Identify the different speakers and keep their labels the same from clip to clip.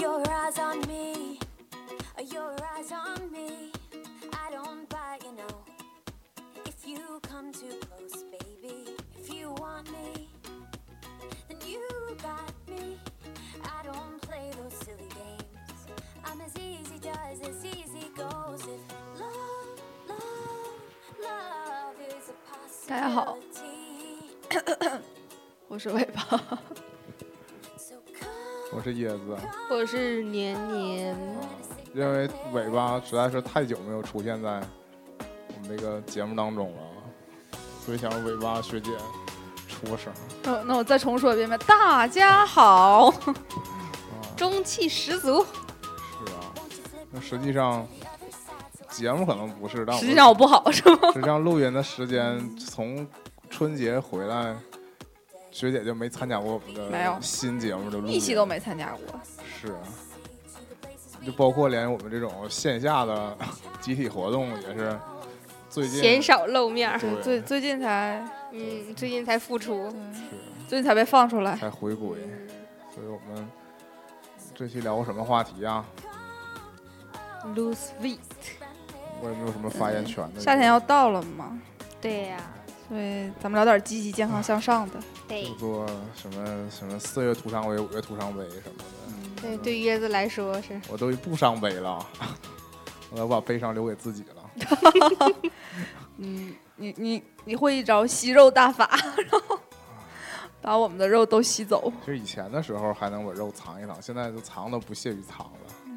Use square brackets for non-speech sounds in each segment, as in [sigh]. Speaker 1: Your eyes on me, your eyes on me. I don't buy, you know. If you come too close, baby, if you want me, then you got me. I don't play those silly games. I'm as easy does, as easy goes. If love, love, love is a
Speaker 2: 大家好
Speaker 1: possibility.
Speaker 2: 我是尾巴，
Speaker 1: So come,
Speaker 3: 我是椰子，
Speaker 2: 我是年年，
Speaker 3: 因为尾巴实在是太久没有出现在我们这个节目当中了，所以想让尾巴学姐出个声。
Speaker 2: 那哦我那我再重说一遍呗。大家好，
Speaker 3: 啊，
Speaker 2: 中气十足。
Speaker 3: 是啊，
Speaker 1: won't you flip
Speaker 3: 那实际上
Speaker 1: the other side so
Speaker 3: 节目可能不是，但我
Speaker 2: 实际上我不好是吗？
Speaker 3: 实际上录音的时间从春节回来，学姐就没参加过我们
Speaker 2: 没有
Speaker 3: 的新节目的录音，
Speaker 2: 一期都没参加过。
Speaker 3: 是啊，就包括连我们这种线下的集体活动也是最近
Speaker 4: 鲜少露面儿。
Speaker 3: 对
Speaker 2: 最最近才
Speaker 4: 嗯，最近才复出，
Speaker 3: 是
Speaker 2: 最近才被放出来。
Speaker 3: 才回归，所以我们这期聊个什么话题啊？
Speaker 4: lose weight。
Speaker 3: 我也没有什么发言权
Speaker 2: 嗯
Speaker 3: 的。
Speaker 2: 夏天要到了嘛，
Speaker 4: 对呀、
Speaker 2: 所以咱们聊点积极、健康、向上的。
Speaker 4: 对
Speaker 3: 就做什么什么四月徒伤悲，五月徒伤悲什么的，
Speaker 4: 对，对椰子来说是
Speaker 3: 我都不伤悲了， [laughs] 我要把悲伤留给自己了。
Speaker 2: 嗯，你你你会一招吸肉大法，然后
Speaker 3: 嗯
Speaker 2: 把我们的肉都吸走。
Speaker 3: 其实以前的时候还能把肉藏一藏，现在就藏都不屑于藏了。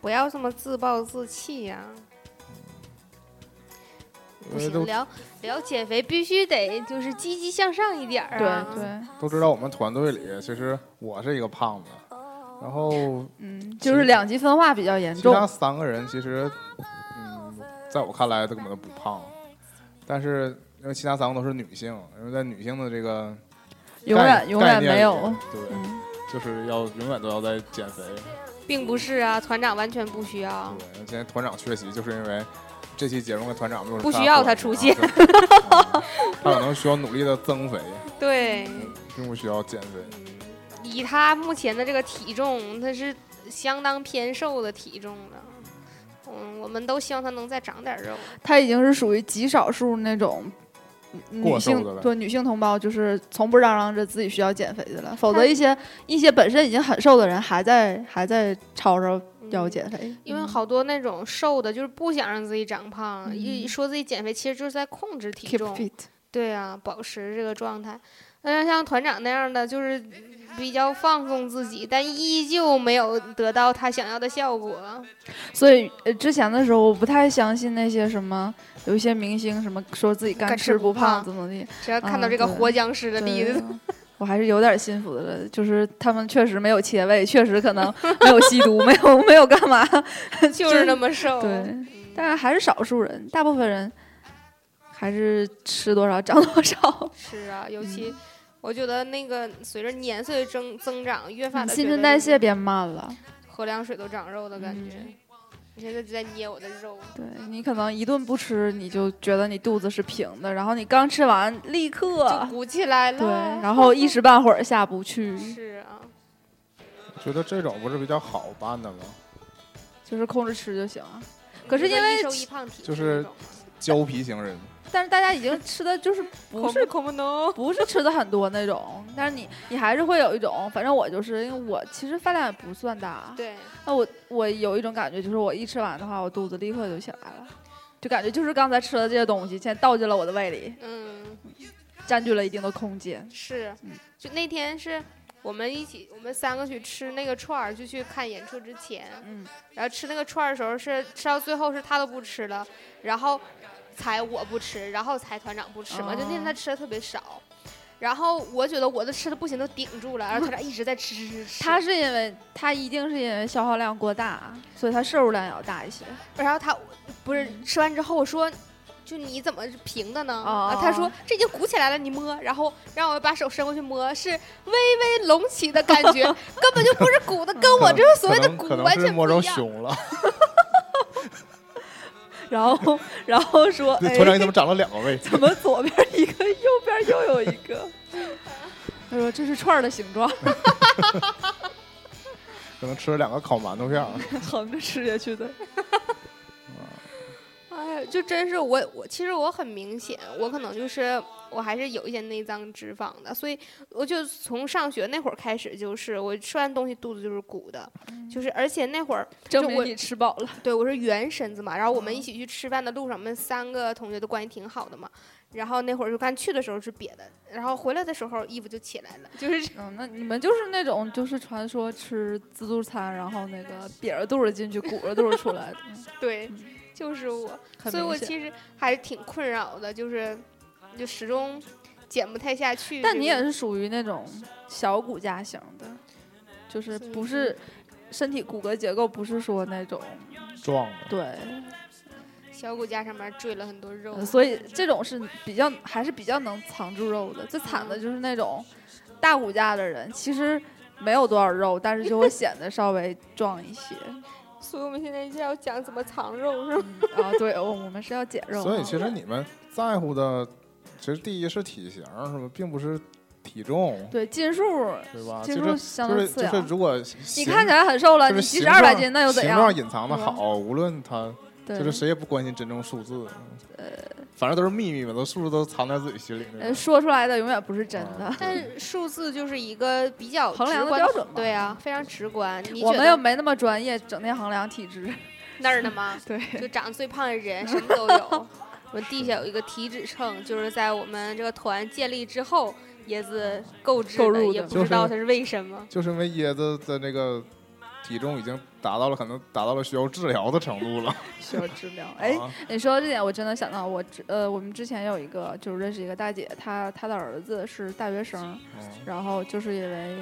Speaker 4: 不要这么自暴自弃呀、不
Speaker 3: 因为
Speaker 4: 行，
Speaker 3: 都
Speaker 4: 聊聊减肥必须得就是积极向上一点儿
Speaker 2: 对
Speaker 4: 啊。
Speaker 2: 对，
Speaker 3: 都知道我们团队里，其实我是一个胖子，然后
Speaker 2: 嗯，就是两极分化比较严
Speaker 3: 其
Speaker 2: 重。
Speaker 3: 他三个人其实，嗯，在我看来都根本都不胖，但是因为其他三个都是女性，因为在女性的这个
Speaker 2: 永
Speaker 3: 概
Speaker 2: 远永远
Speaker 3: 概念
Speaker 2: 没
Speaker 3: 里
Speaker 2: 有。
Speaker 3: 对，
Speaker 2: 嗯，
Speaker 3: 就是要永远都要在减肥。
Speaker 4: 并不是啊，团长完全不需
Speaker 2: 啊
Speaker 4: 要。
Speaker 3: 对，今天团长缺席，就是因为这期节目跟团长没有什么
Speaker 4: 不需
Speaker 3: 大
Speaker 4: 要
Speaker 3: 关
Speaker 4: 他
Speaker 3: 系
Speaker 4: 出
Speaker 3: 啊
Speaker 4: 现
Speaker 3: 对
Speaker 2: [laughs]
Speaker 3: 嗯他可能需要努力的增肥，
Speaker 4: 嗯对，
Speaker 3: 并不需要减肥。
Speaker 4: 以他目前的这个体重，他是相当偏瘦的体重了。嗯，我们都希望他能再长点儿肉。
Speaker 2: 她已经是属于极少数那种女
Speaker 3: 过瘦的
Speaker 2: 性
Speaker 3: 了
Speaker 2: 对女性同胞，就是从不嚷嚷着自己需要减肥的了。否则一些一些本身已经很瘦的人，还在还在吵着要
Speaker 4: 嗯
Speaker 2: 减肥，
Speaker 4: 因为好多那种瘦的，就是不想让自己长胖，一
Speaker 2: 嗯
Speaker 4: 说自己减肥，其实就是在控制体
Speaker 2: keep
Speaker 4: 重。
Speaker 2: fit。
Speaker 4: 对啊，保持这个状态。但是像团长那样的，就是比较放纵自己，但依旧没有得到他想要的效果。
Speaker 2: 所以呃，之前的时候我不太相信那些什么，有一些明星什么说自己干
Speaker 4: 干
Speaker 2: 吃
Speaker 4: 吃不
Speaker 2: 不胖
Speaker 4: 胖
Speaker 2: 怎么地，
Speaker 4: 只要看
Speaker 2: 啊
Speaker 4: 到这个
Speaker 2: 对
Speaker 4: 活僵尸的例
Speaker 2: 对 [laughs]
Speaker 4: 子，
Speaker 2: 我还是有点信服的了。就是他们确实没有切胃，确实可能没有吸毒，没 [laughs] 有没有干嘛，
Speaker 4: 就
Speaker 2: 就是
Speaker 4: 是那么瘦。
Speaker 2: 对，
Speaker 4: 嗯
Speaker 2: 但还是少数人，大部分人还是吃多少长多少。
Speaker 4: 是啊，尤
Speaker 2: 嗯
Speaker 4: 其我觉得那个随着年岁增增长，越发
Speaker 2: 嗯
Speaker 4: 的
Speaker 2: 新陈代谢，变慢了，
Speaker 4: 喝凉水都长肉的感觉
Speaker 2: 嗯。
Speaker 4: 你现在在捏我的肉，
Speaker 2: 对你可能一顿不吃，你就觉得你肚子是平的，然后你刚吃完立
Speaker 4: 就
Speaker 2: 刻
Speaker 4: 鼓起来了。
Speaker 2: 啊对，然后一时半会儿下不去，
Speaker 4: 是啊，
Speaker 3: 觉得这种不是比较好办的吗？
Speaker 2: 就是控制吃就行了。可是因
Speaker 4: 就
Speaker 2: 为
Speaker 4: 一瘦一胖体
Speaker 3: 就
Speaker 4: 质那
Speaker 3: 是
Speaker 4: 种
Speaker 3: 胶皮型人，
Speaker 2: 但是大家已经吃的就是不是
Speaker 4: 恐怖能，
Speaker 2: 不是吃的很多那种，但是你你还是会有一种，反正我就是因为我其实饭量也不算大，
Speaker 4: 对，
Speaker 2: 那我我有一种感觉，就是我一吃完的话，我肚子立刻就起来了，就感觉就是刚才吃的这些东西，现在倒进了我的胃里，
Speaker 4: 嗯，
Speaker 2: 占据了一定的空间。
Speaker 4: 是
Speaker 2: 嗯，
Speaker 4: 就那天是我们一起，我们三个去吃那个串儿，就去看演出之前，
Speaker 2: 嗯，
Speaker 4: 然后吃那个串儿的时候是吃到最后是他都不吃了，然后才我不吃，然后才团长不吃嘛，就那天他
Speaker 2: 哦
Speaker 4: 吃的特别少。然后我觉得我都吃的不行，都顶住了，然后团长一直在吃吃吃吃。
Speaker 2: 他是因为他一定是因为消耗量过大，所以他摄入量也要大一些。
Speaker 4: 然后他不是吃完之后我说。就你怎么是平的呢？
Speaker 2: 哦
Speaker 4: 啊，他说这已经鼓起来了，你摸，然后让我把手伸过去摸，是微微隆起的感 [laughs] 觉，根本就不是鼓的，跟我这个
Speaker 3: [laughs]
Speaker 4: 所
Speaker 3: 可
Speaker 4: 谓的
Speaker 3: 能
Speaker 2: [laughs]
Speaker 4: 鼓
Speaker 3: 可能
Speaker 4: 完
Speaker 3: 是
Speaker 4: 全
Speaker 3: 摸
Speaker 4: 不
Speaker 3: 着
Speaker 4: 一样。
Speaker 3: 胸了，
Speaker 2: 然后 [laughs] 然后说，
Speaker 3: 这
Speaker 2: 哎，
Speaker 3: 团长你怎么长了两个胃？
Speaker 2: 怎么左边一个，右边又有一个？ [laughs] 他说这是串儿的形状， [laughs]
Speaker 3: 可能吃了两个烤馒头片儿。
Speaker 2: 横着吃下去的。
Speaker 4: 哎呀，就真是我我其实我很明显，我可能就是我还是有一些内脏脂肪的，所以我就从上学那会儿开始，就是我吃完东西肚子就是鼓的，就是而且那会儿
Speaker 2: 证
Speaker 4: 就我
Speaker 2: 明你吃饱了。
Speaker 4: 对我是圆身子嘛，然后
Speaker 2: 嗯
Speaker 4: 我们一起去吃饭的路上，我们三个同学都关系挺好的嘛。然后那会儿就刚去的时候是瘪的，然后回来的时候衣服就起来了，就是 [laughs]
Speaker 2: 嗯，那你们就是那种就是传说吃自助餐，然后那个瘪着肚子进去，鼓着肚子出来的，
Speaker 4: 对
Speaker 2: 嗯，
Speaker 4: 就是我。
Speaker 2: 很
Speaker 4: 所以我
Speaker 2: 明显。
Speaker 4: 其实还是挺困扰的，就是就始终减不太下去这个。
Speaker 2: 但你也是属于那种小骨架型的，就是
Speaker 4: 所以
Speaker 2: 不
Speaker 4: 就是
Speaker 2: 身体骨骼结构不是说那种
Speaker 3: 壮了，
Speaker 2: 对，
Speaker 4: 小骨架上面坠了很多肉
Speaker 2: 呃，所以这种是比较还是比较能藏住肉的。最惨的就是那种大骨架的人，其实没有多少肉，但是就会显得稍微壮一些。
Speaker 4: 所以我们现在就要讲怎么藏肉，是吗？
Speaker 2: 嗯啊，对，我我们是要减 [laughs] 肉啊。
Speaker 3: 所以其实你们在乎的，其实第一是体型，是吧？并不是体重，
Speaker 2: 对斤数，
Speaker 3: 对吧？啊其
Speaker 2: 斤
Speaker 3: 实
Speaker 2: 数相
Speaker 3: 就
Speaker 2: 当
Speaker 3: 是
Speaker 2: 次
Speaker 3: 就
Speaker 2: 要
Speaker 3: 是，。如果
Speaker 2: 你
Speaker 3: 你
Speaker 2: 看起来很瘦了，
Speaker 3: 就
Speaker 2: 你
Speaker 3: 是
Speaker 2: 其
Speaker 3: 形
Speaker 2: 实
Speaker 3: 状
Speaker 2: 二百斤，那又怎
Speaker 3: 形
Speaker 2: 样
Speaker 3: 状？隐藏的好，无论它
Speaker 2: 对，
Speaker 3: 就是谁也不关心真正数字，
Speaker 2: 嗯呃
Speaker 3: 反正都是秘密嘛，都数字都藏在自己心里那
Speaker 2: 呃，
Speaker 3: 种。
Speaker 2: 说出来的永远不是真的
Speaker 3: 啊。对
Speaker 4: 但数字就是一个比较
Speaker 2: 衡量
Speaker 4: 直
Speaker 2: 的
Speaker 4: 观
Speaker 2: 标准嘛
Speaker 4: 对啊，非常直观。你
Speaker 2: 我
Speaker 4: 觉
Speaker 2: 们
Speaker 4: 得
Speaker 2: 又没那么专业，整天衡量体质。 [laughs]
Speaker 4: 那儿呢吗？
Speaker 2: 对， [laughs]
Speaker 4: 就长得最胖的人，什么都有。我地下有一个体脂秤，就是在我们这个团建立之后，椰子购置
Speaker 2: 购
Speaker 4: 的，
Speaker 2: 入
Speaker 4: 也
Speaker 2: 的
Speaker 4: 不
Speaker 3: 就
Speaker 4: 知道
Speaker 3: 是
Speaker 4: 它是为什么。
Speaker 3: 就是因为椰子的那个体重已经达到了可能达到了需要治疗的程度了。
Speaker 2: 需要治疗。 [laughs] 哎，
Speaker 3: 啊
Speaker 2: 你说到这点，我真的想到我之呃，我们之前有一个就是认识一个大姐，她她的儿子是大学生，
Speaker 3: 嗯
Speaker 2: 然后就是因为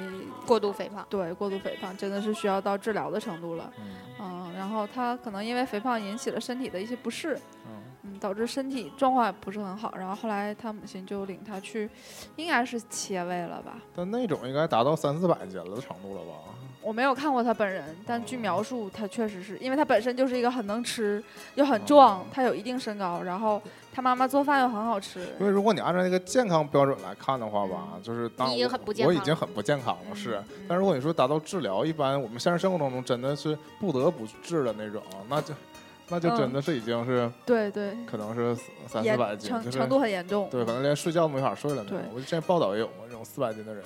Speaker 4: 过度肥胖，
Speaker 2: 对过度肥胖，真的是需要到治疗的程度了。
Speaker 3: 嗯
Speaker 2: 嗯，然后她可能因为肥胖引起了身体的一些不适，
Speaker 3: 嗯
Speaker 2: 嗯，导致身体状况也不是很好。然后后来她母亲就领她去，应该是切胃了吧？
Speaker 3: 但那种应该达到三四百斤了的程度了吧？
Speaker 2: 我没有看过她本人，但
Speaker 3: 哦
Speaker 2: 据描述，她确实是因为她本身就是一个很能吃又很壮
Speaker 3: 哦，
Speaker 2: 她有一定身高，然后她妈妈做饭又很好吃。
Speaker 3: 因为如果你按照那个健康标准来看的话
Speaker 2: 嗯
Speaker 3: 吧，就是当
Speaker 4: 你已经
Speaker 3: 我
Speaker 4: 很不健
Speaker 3: 我
Speaker 4: 康
Speaker 3: 已经很不健康了，是。但如果你说达到治疗，一般我们现实生活当中真的是不得不治的那种，那就那
Speaker 2: 嗯
Speaker 3: 就真的是已经是
Speaker 2: 对对，
Speaker 3: 可能是三
Speaker 2: 严
Speaker 3: 四百斤，
Speaker 2: 程
Speaker 3: 就是
Speaker 2: 程度很严重，
Speaker 3: 对，可能连睡觉都没法睡了那种
Speaker 2: 对。
Speaker 3: 我之前报道也有过这种四百斤的人，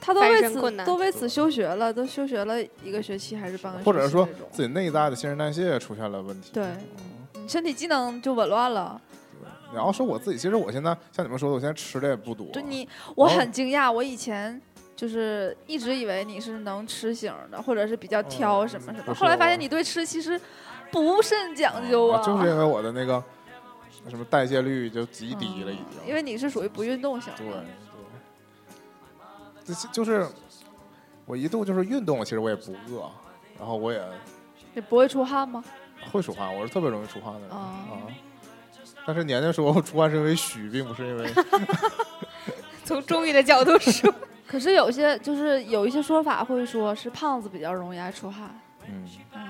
Speaker 2: 他都
Speaker 4: 翻
Speaker 2: 为
Speaker 4: 身困
Speaker 2: 此
Speaker 4: 难
Speaker 2: 都为此休学了，都休学了一个学期还是半个学期
Speaker 3: 或者是说
Speaker 2: 那种
Speaker 3: 自己内在的新陈代谢出现了问题。
Speaker 2: 对
Speaker 3: 嗯
Speaker 2: 你身体机能就紊乱了。
Speaker 3: 对然后说我自己，其实我现在像你们说的，我现在吃的也不多。
Speaker 2: 对你，我
Speaker 3: 然后
Speaker 2: 很惊讶，我以前就是一直以为你是能吃型的，或者是比较挑什么什么，
Speaker 3: 哦不是
Speaker 2: 后来发现
Speaker 3: 我
Speaker 2: 你对吃其实不甚讲
Speaker 3: 嗯
Speaker 2: 究啊，
Speaker 3: 就是因为我的那个什么代谢率就极低了，已经
Speaker 2: 嗯。因为你是属于不运动型
Speaker 3: 对
Speaker 2: 的，
Speaker 3: 对，就是就是我一度就是运动，其实我也不饿，然后我也
Speaker 2: 你不会出汗吗？
Speaker 3: 会出汗，我是特别容易出汗的人、
Speaker 2: 哦
Speaker 3: 啊。但是年年说我出汗是因为虚，并不是因为
Speaker 4: 从中医的角度说，
Speaker 2: 可是有些就是有一些说法会说是胖子比较容易爱出汗，
Speaker 3: 嗯
Speaker 2: 嗯，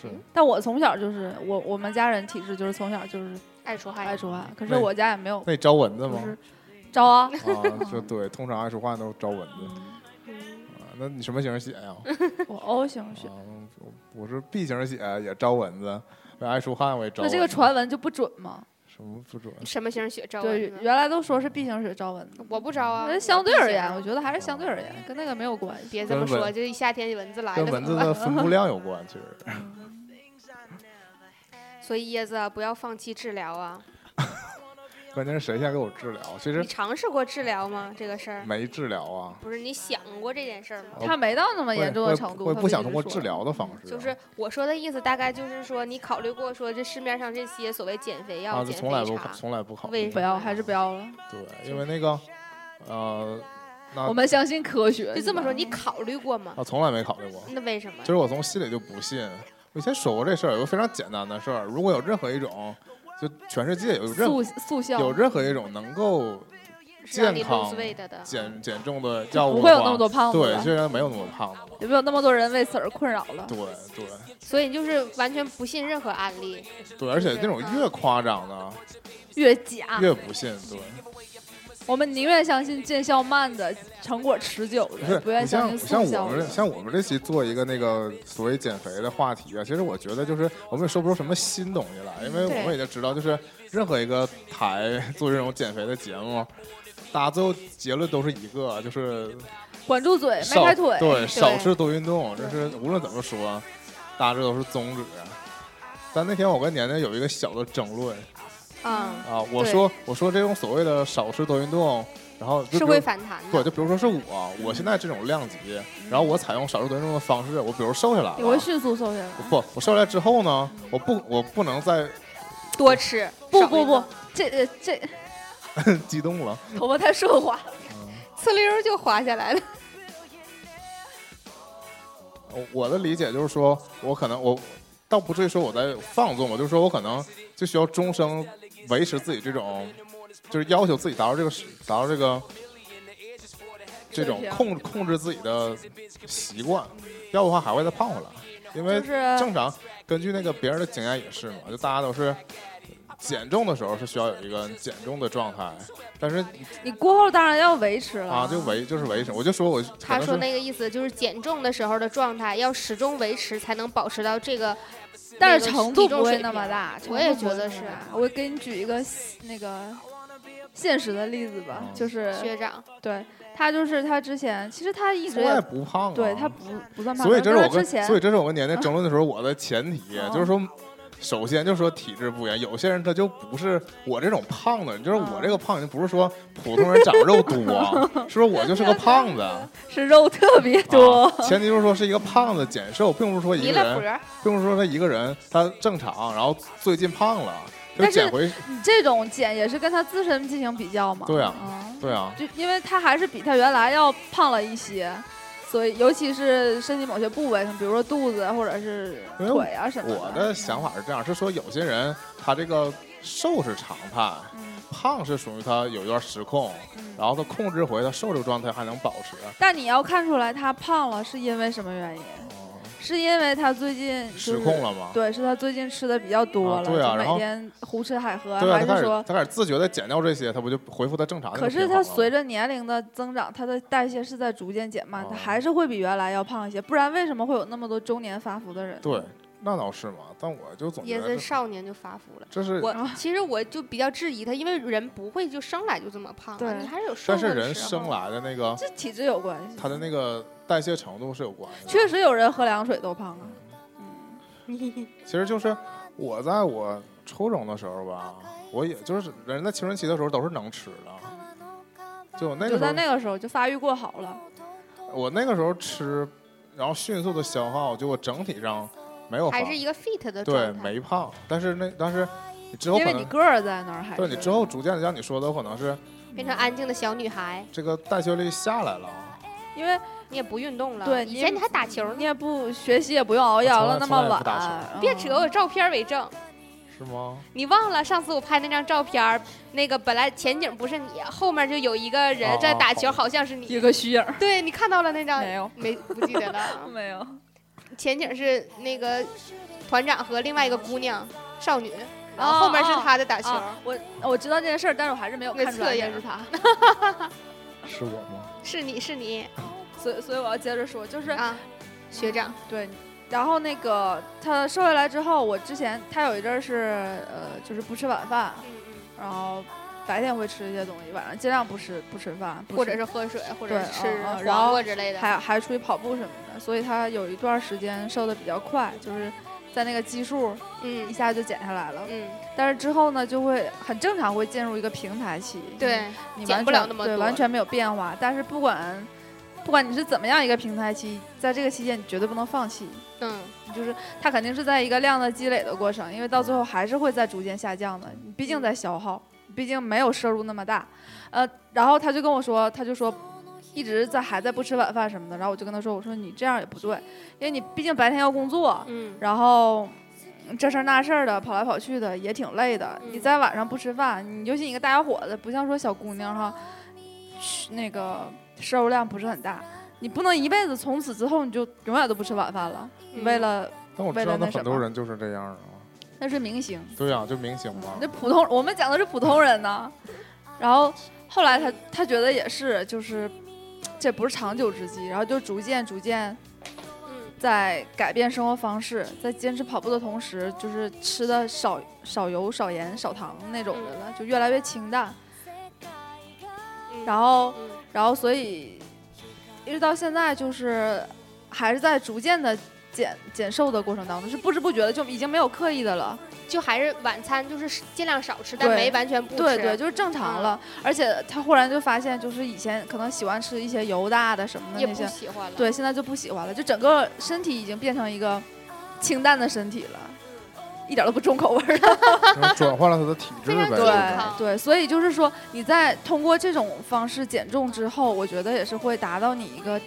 Speaker 3: 是
Speaker 2: 但我从小就是我我们家人体质就是从小就是
Speaker 4: [laughs] 爱出汗，
Speaker 2: 爱出汗，可是
Speaker 3: 那
Speaker 2: 我家也没有，
Speaker 3: 那你招蚊子
Speaker 2: 就
Speaker 3: 吗？
Speaker 2: 是招啊，
Speaker 3: 啊，
Speaker 2: [laughs]
Speaker 3: 就对，通常爱出汗都是招蚊子。
Speaker 4: 嗯
Speaker 3: 啊那你什么型血
Speaker 2: [laughs]
Speaker 3: 呀、
Speaker 2: 我 O 型血
Speaker 3: 啊。，我我是 B 型血，也招蚊子，我爱出汗我也
Speaker 2: 那
Speaker 3: 招啊蚊子。
Speaker 2: 这个传闻就不准吗？
Speaker 3: 什么
Speaker 2: [laughs]
Speaker 3: 不准？
Speaker 4: 什么型血招
Speaker 2: 对，
Speaker 4: 蚊子？
Speaker 2: 原来都说是 B 型血招蚊子，
Speaker 4: 我不招啊，
Speaker 2: 那
Speaker 4: 我
Speaker 2: 相对
Speaker 4: B
Speaker 2: 而
Speaker 4: 型
Speaker 2: 言，
Speaker 4: 啊
Speaker 2: 我觉得还是相对而言，跟那个没有关系。
Speaker 4: 别这么
Speaker 3: 跟
Speaker 4: 说，
Speaker 3: 蚊
Speaker 4: 就一夏天蚊子来
Speaker 3: 跟
Speaker 4: 了怎
Speaker 3: 蚊
Speaker 4: 么
Speaker 3: 子
Speaker 4: 办
Speaker 3: 的分布量有关，其实。
Speaker 4: 所以椰子啊，不要放弃治疗啊！
Speaker 3: 关键是谁先给我治疗？其实
Speaker 4: 你尝试过治疗吗？这个事儿
Speaker 3: 没治疗啊。
Speaker 4: 不是你想过这件事儿吗？
Speaker 3: 我
Speaker 2: 他没到那么
Speaker 3: 会
Speaker 2: 严重的
Speaker 3: 会
Speaker 2: 程度，
Speaker 3: 会
Speaker 2: 他
Speaker 3: 不想
Speaker 2: 一直
Speaker 3: 通过
Speaker 2: 说
Speaker 3: 治。疗的方式，啊
Speaker 4: 就是我说的意思，大概就是说，你考虑过说这市面上这些所谓减肥药、
Speaker 3: 啊，就
Speaker 4: 减
Speaker 3: 从来
Speaker 4: 肥
Speaker 3: 不
Speaker 4: 茶，
Speaker 3: 从来不考
Speaker 4: 为
Speaker 3: 虑
Speaker 2: 不，要，还是不要了。
Speaker 3: 对，因为那个呃，那
Speaker 2: 我们相信科学。
Speaker 4: 就这么说，
Speaker 2: 是吧
Speaker 4: 你考虑过吗？
Speaker 3: 我从来没考虑过，
Speaker 4: 那为什么
Speaker 3: 其？实我从心里就不信。我以前说过这事儿，有个非常简单的事儿，如果有任何一种，就全世界有任
Speaker 2: 速速效
Speaker 3: 有任何一种能够
Speaker 4: 是让你
Speaker 3: 健康
Speaker 4: lose weight 的，
Speaker 3: 减减重
Speaker 2: [laughs]
Speaker 3: 的药
Speaker 2: 不
Speaker 3: 物的
Speaker 2: 会有
Speaker 3: 话
Speaker 2: 那么多胖子
Speaker 3: 对，
Speaker 2: 吧
Speaker 3: 就应该没有那么胖子。
Speaker 2: 有没有那么多人为此而困扰了？
Speaker 3: 对对
Speaker 4: 所以你就是完全不信任何案例。
Speaker 3: 对，而且那种越夸张的
Speaker 2: 越假，
Speaker 3: 越不信。对，
Speaker 2: 我们宁愿相信见效慢的、成果持久
Speaker 3: 不
Speaker 2: 的，
Speaker 3: 是
Speaker 2: 不愿
Speaker 3: 你
Speaker 2: 意相
Speaker 3: 像
Speaker 2: 信速
Speaker 3: 像
Speaker 2: 效
Speaker 3: 我们这
Speaker 2: 的。
Speaker 3: 像我们这期做一个那个所谓减肥的话题啊，其实我觉得就是我们也说不出什么新东西来，因为我
Speaker 4: 对
Speaker 3: 们已经知道，就是任何一个台 [laughs] 做这种减肥的节目，大家最后结论都是一个，就是
Speaker 2: 管住嘴，迈
Speaker 3: 少
Speaker 2: 开腿。
Speaker 3: 对，少吃多运动，这是无论怎么说，大家这都是宗旨。啊但那天我跟年年有一个小的争论
Speaker 4: 嗯，
Speaker 3: 啊，我
Speaker 4: 对
Speaker 3: 说我说这种所谓的少吃多运动，然后就是比如
Speaker 4: 会反弹
Speaker 3: 对，
Speaker 4: 的。
Speaker 3: 就比如说是我，我现在这种量级，然后我采用少数多运动的方式，我比如瘦下来
Speaker 2: 你会
Speaker 3: 了，
Speaker 2: 迅速瘦下来。
Speaker 3: 不，我瘦下来之后呢，我不我不能再
Speaker 4: 多吃，
Speaker 2: 不
Speaker 4: 少
Speaker 2: 不
Speaker 4: 运
Speaker 2: 不
Speaker 4: 动，，
Speaker 2: 这呃这
Speaker 3: 激动了，
Speaker 2: 头发太顺滑了。
Speaker 4: 呲溜儿就滑下来了。
Speaker 3: 我呃我的理解就是说，我可能我倒不至于说我在放纵，我就是说我可能就需要终生维持自己这种，就是要求自己达到这个达到这个这种控控制自己的习惯，要不的话还会再胖回来。因为
Speaker 2: 就是
Speaker 3: 正常根据那个别人的经验也是嘛，就大家都是减重的时候是需要有一个减重的状态，但是
Speaker 2: 你过后当然要维持了
Speaker 3: 啊就维就是维持，我就说我可
Speaker 4: 他
Speaker 3: 能
Speaker 4: 说
Speaker 3: 是
Speaker 4: 那个意思就是减重的时候的状态要始终维持，才能保持到这个，
Speaker 2: 但
Speaker 4: 那
Speaker 2: 是
Speaker 4: 个
Speaker 2: 程
Speaker 4: 体
Speaker 2: 度
Speaker 4: 重
Speaker 2: 不会
Speaker 4: 水
Speaker 2: 那么
Speaker 4: 平
Speaker 2: 大，
Speaker 4: 我
Speaker 2: 程度
Speaker 4: 也
Speaker 2: 不
Speaker 4: 觉
Speaker 2: 会
Speaker 4: 得
Speaker 2: 那么
Speaker 4: 是
Speaker 2: 大我给你举一个那个现实的例子吧，
Speaker 3: 嗯
Speaker 2: 就是
Speaker 4: 学长。
Speaker 2: 对他就是他之前其实他一直
Speaker 3: 从来
Speaker 2: 也
Speaker 3: 不胖啊，
Speaker 2: 对他不不算胖，
Speaker 3: 所以这是
Speaker 2: 但
Speaker 3: 我
Speaker 2: 他之
Speaker 3: 跟
Speaker 2: 前
Speaker 3: 所以这是我跟年年争论的时候我的前提
Speaker 2: 哦，
Speaker 3: 就是说，首先就是说体质不一样，有些人他就不是我这种胖子，就是我这个胖已经不是说普通人长肉多啊，是说我就是个
Speaker 2: [laughs]
Speaker 3: 胖子，啊
Speaker 2: 是肉特别多，
Speaker 3: 前提就是说是一个胖子减瘦，并不是说一
Speaker 4: 弥
Speaker 3: 个
Speaker 4: 勒
Speaker 3: 人，
Speaker 4: 佛，
Speaker 3: 并不是说他一个人他正常，然后最近胖了，就
Speaker 2: 但是
Speaker 3: 减回
Speaker 2: 你这种减也是跟他自身进行比较嘛，
Speaker 3: 对啊
Speaker 2: 嗯
Speaker 3: 对啊，
Speaker 2: 就因为他还是比他原来要胖了一些，所以尤其是身体某些部位，比如说肚子啊或者是
Speaker 3: 因为
Speaker 2: 腿啊什么
Speaker 3: 哎我的想法是这样，是说有些人他这个瘦是常态，
Speaker 2: 嗯
Speaker 3: 胖是属于他有一段失控，
Speaker 2: 嗯
Speaker 3: 然后他控制回他瘦这个状态还能保持。啊
Speaker 2: 但你要看出来他胖了是因为什么原因？
Speaker 3: 哦
Speaker 2: 是因为他最近、就是、
Speaker 3: 失控了吗？
Speaker 2: 对，是他最近吃的比较多
Speaker 3: 啊
Speaker 2: 了，
Speaker 3: 对
Speaker 2: 就
Speaker 3: 啊然
Speaker 2: 每
Speaker 3: 后
Speaker 2: 天胡吃海喝，
Speaker 3: 对啊，
Speaker 2: 还
Speaker 3: 他开
Speaker 2: 是
Speaker 3: 始
Speaker 2: 说？
Speaker 3: 他开始自觉的减掉这些，他不就恢复他正啊常的
Speaker 2: 可
Speaker 3: 那个
Speaker 2: 是
Speaker 3: 平衡
Speaker 2: 他
Speaker 3: 了吗？
Speaker 2: 随着年龄的增长，他的代谢是在逐渐减慢，他
Speaker 3: 哦
Speaker 2: 还是会比原来要胖一些，不然为什么会有那么多中年发福的人？
Speaker 3: 对，那倒是嘛。但我就总觉
Speaker 4: 椰
Speaker 3: 得
Speaker 4: 子
Speaker 3: 这
Speaker 4: 少年就发福了。
Speaker 3: 这是，
Speaker 2: 哦
Speaker 4: 我其实我就比较质疑他，因为人不会就生来就这么胖啊，
Speaker 2: 对
Speaker 4: 你还是有瘦
Speaker 3: 但
Speaker 4: 过
Speaker 3: 是
Speaker 4: 的
Speaker 3: 人
Speaker 4: 时
Speaker 3: 生
Speaker 4: 候
Speaker 3: 来的那个
Speaker 2: 这体质有关系。
Speaker 3: 他的那个代谢程度是有关系的。
Speaker 2: 确实有人喝凉水都胖啊。
Speaker 3: 其实就是我在我初中的时候吧，我也就是人在青春期的时候都是能吃的，就我那个
Speaker 2: 就
Speaker 3: 时候
Speaker 2: 在那个时候就发育过好了，
Speaker 3: 我那个时候吃，然后迅速的消耗，就我整体上没有
Speaker 4: 还
Speaker 3: 胖
Speaker 4: 是一个 fit 的
Speaker 3: 对
Speaker 4: 状态。
Speaker 3: 没胖，但是那但是你之后
Speaker 2: 因
Speaker 3: 可
Speaker 2: 为你
Speaker 3: 能。
Speaker 2: 个儿在那儿还是。
Speaker 3: 对你之后逐渐的像你说的，有可能是
Speaker 4: 变成安静的小女孩，
Speaker 3: 这个代谢率下来了，
Speaker 2: 因为
Speaker 4: 你也不运动了。
Speaker 2: 对
Speaker 4: 以
Speaker 2: 你
Speaker 4: 前你还打球
Speaker 2: 你
Speaker 4: 呢，
Speaker 2: 也嗯不学习，也不用熬夜
Speaker 3: 我
Speaker 2: 熬
Speaker 3: 从来
Speaker 2: 到那么
Speaker 3: 从来
Speaker 2: 晚
Speaker 3: 不打球。
Speaker 2: 嗯
Speaker 4: 别扯，我有照片为证。
Speaker 3: 是吗？
Speaker 4: 你忘了上次我拍那张照片儿，那个本来前景不是你，后面就有一个人在打球，
Speaker 3: 哦哦
Speaker 4: 好像是
Speaker 2: 一
Speaker 4: 你。
Speaker 2: 个虚影儿。 [laughs]
Speaker 4: 对你看到了那张？
Speaker 2: 没有
Speaker 4: 没不记
Speaker 2: [laughs]
Speaker 4: 得了。
Speaker 2: 没有，
Speaker 4: 前景是那个团长和另外一个姑娘少女，然后
Speaker 2: 哦
Speaker 4: 后面是
Speaker 2: 哦
Speaker 4: 他在打球。
Speaker 2: 啊我我知道这件事儿，但是我还是没有
Speaker 4: 那
Speaker 2: 看出来
Speaker 4: 侧影
Speaker 2: 那是他，
Speaker 3: 是我吗？
Speaker 4: [laughs] 是你是你
Speaker 2: 所以所以我要接着说，就是
Speaker 4: 啊，学长，
Speaker 2: 对，然后那个他瘦下来之后，我之前他有一阵儿是呃，就是不吃晚饭，然后白天会吃一些东西，晚上尽量不吃不吃饭，不
Speaker 4: 或
Speaker 2: 吃
Speaker 4: 者是喝水，或者
Speaker 2: 对
Speaker 4: 是吃
Speaker 2: 嗯嗯然后
Speaker 4: 黄瓜之类的。
Speaker 2: 还还出去跑步什么的，所以他有一段时间瘦的比较快，就是在那个基数一
Speaker 4: 嗯
Speaker 2: 下就减下来了。
Speaker 4: 嗯，
Speaker 2: 但是之后呢，就会很正常，会进入一个平台期。，
Speaker 4: 对，
Speaker 2: 你
Speaker 4: 减
Speaker 2: 完
Speaker 4: 不
Speaker 2: 全
Speaker 4: 了那么
Speaker 2: 对，
Speaker 4: 多
Speaker 2: 完全没有变化。但是不管不管你是怎么样一个平台期，在这个期间你绝对不能放弃，
Speaker 4: 嗯，
Speaker 2: 就是它肯定是在一个量的积累的过程，因为到最后还是会在逐渐下降的。你毕竟在消耗，毕竟没有摄入那么大。呃，然后他就跟我说，他就说一直在还在不吃晚饭什么的。然后我就跟他说，我说你这样也不对，因为你毕竟白天要工作，
Speaker 4: 嗯
Speaker 2: 然后嗯这事儿那事儿的跑来跑去的也挺累的。
Speaker 4: 嗯
Speaker 2: 你在晚上不吃饭，你尤其你一个大小伙子，不像说小姑娘哈，去那个摄入量不是很大，你不能一辈子从此之后你就永远都不吃晚饭了。你为了
Speaker 3: 但我知道那很多人就是这样啊。
Speaker 2: 那是明星，
Speaker 3: 对啊，就明星嘛。
Speaker 2: 那普通我们讲的是普通人呢。然后后来他他觉得也是，就是这不是长久之计，然后就逐渐逐渐
Speaker 4: 嗯
Speaker 2: 在改变生活方式，在坚持跑步的同时，就是吃的少少油、少盐、少糖那种的了，就越来越清淡。
Speaker 4: 嗯
Speaker 2: 然后
Speaker 4: 嗯
Speaker 2: 然后所以一直到现在就是还是在逐渐的减减瘦的过程当中，是不知不觉的就已经没有刻意的了。
Speaker 4: 就还是晚餐就是尽量少吃，但
Speaker 2: 对
Speaker 4: 没完全不吃。嗯
Speaker 2: 对对，就是正常了。而且他忽然就发现，就是以前可能喜欢吃一些油大的什么的
Speaker 4: 也
Speaker 2: 那
Speaker 4: 不
Speaker 2: 些，
Speaker 4: 喜欢了。
Speaker 2: 对，现在就不喜欢了，就整个身体已经变成一个清淡的身体了，一点都不重口味儿了。
Speaker 3: 就是转换了他的体质呗。
Speaker 4: 非常
Speaker 3: 就是
Speaker 4: 健康
Speaker 2: 对对，所以就是说，你在通过这种方式减重之后，我觉得也是会达到你一个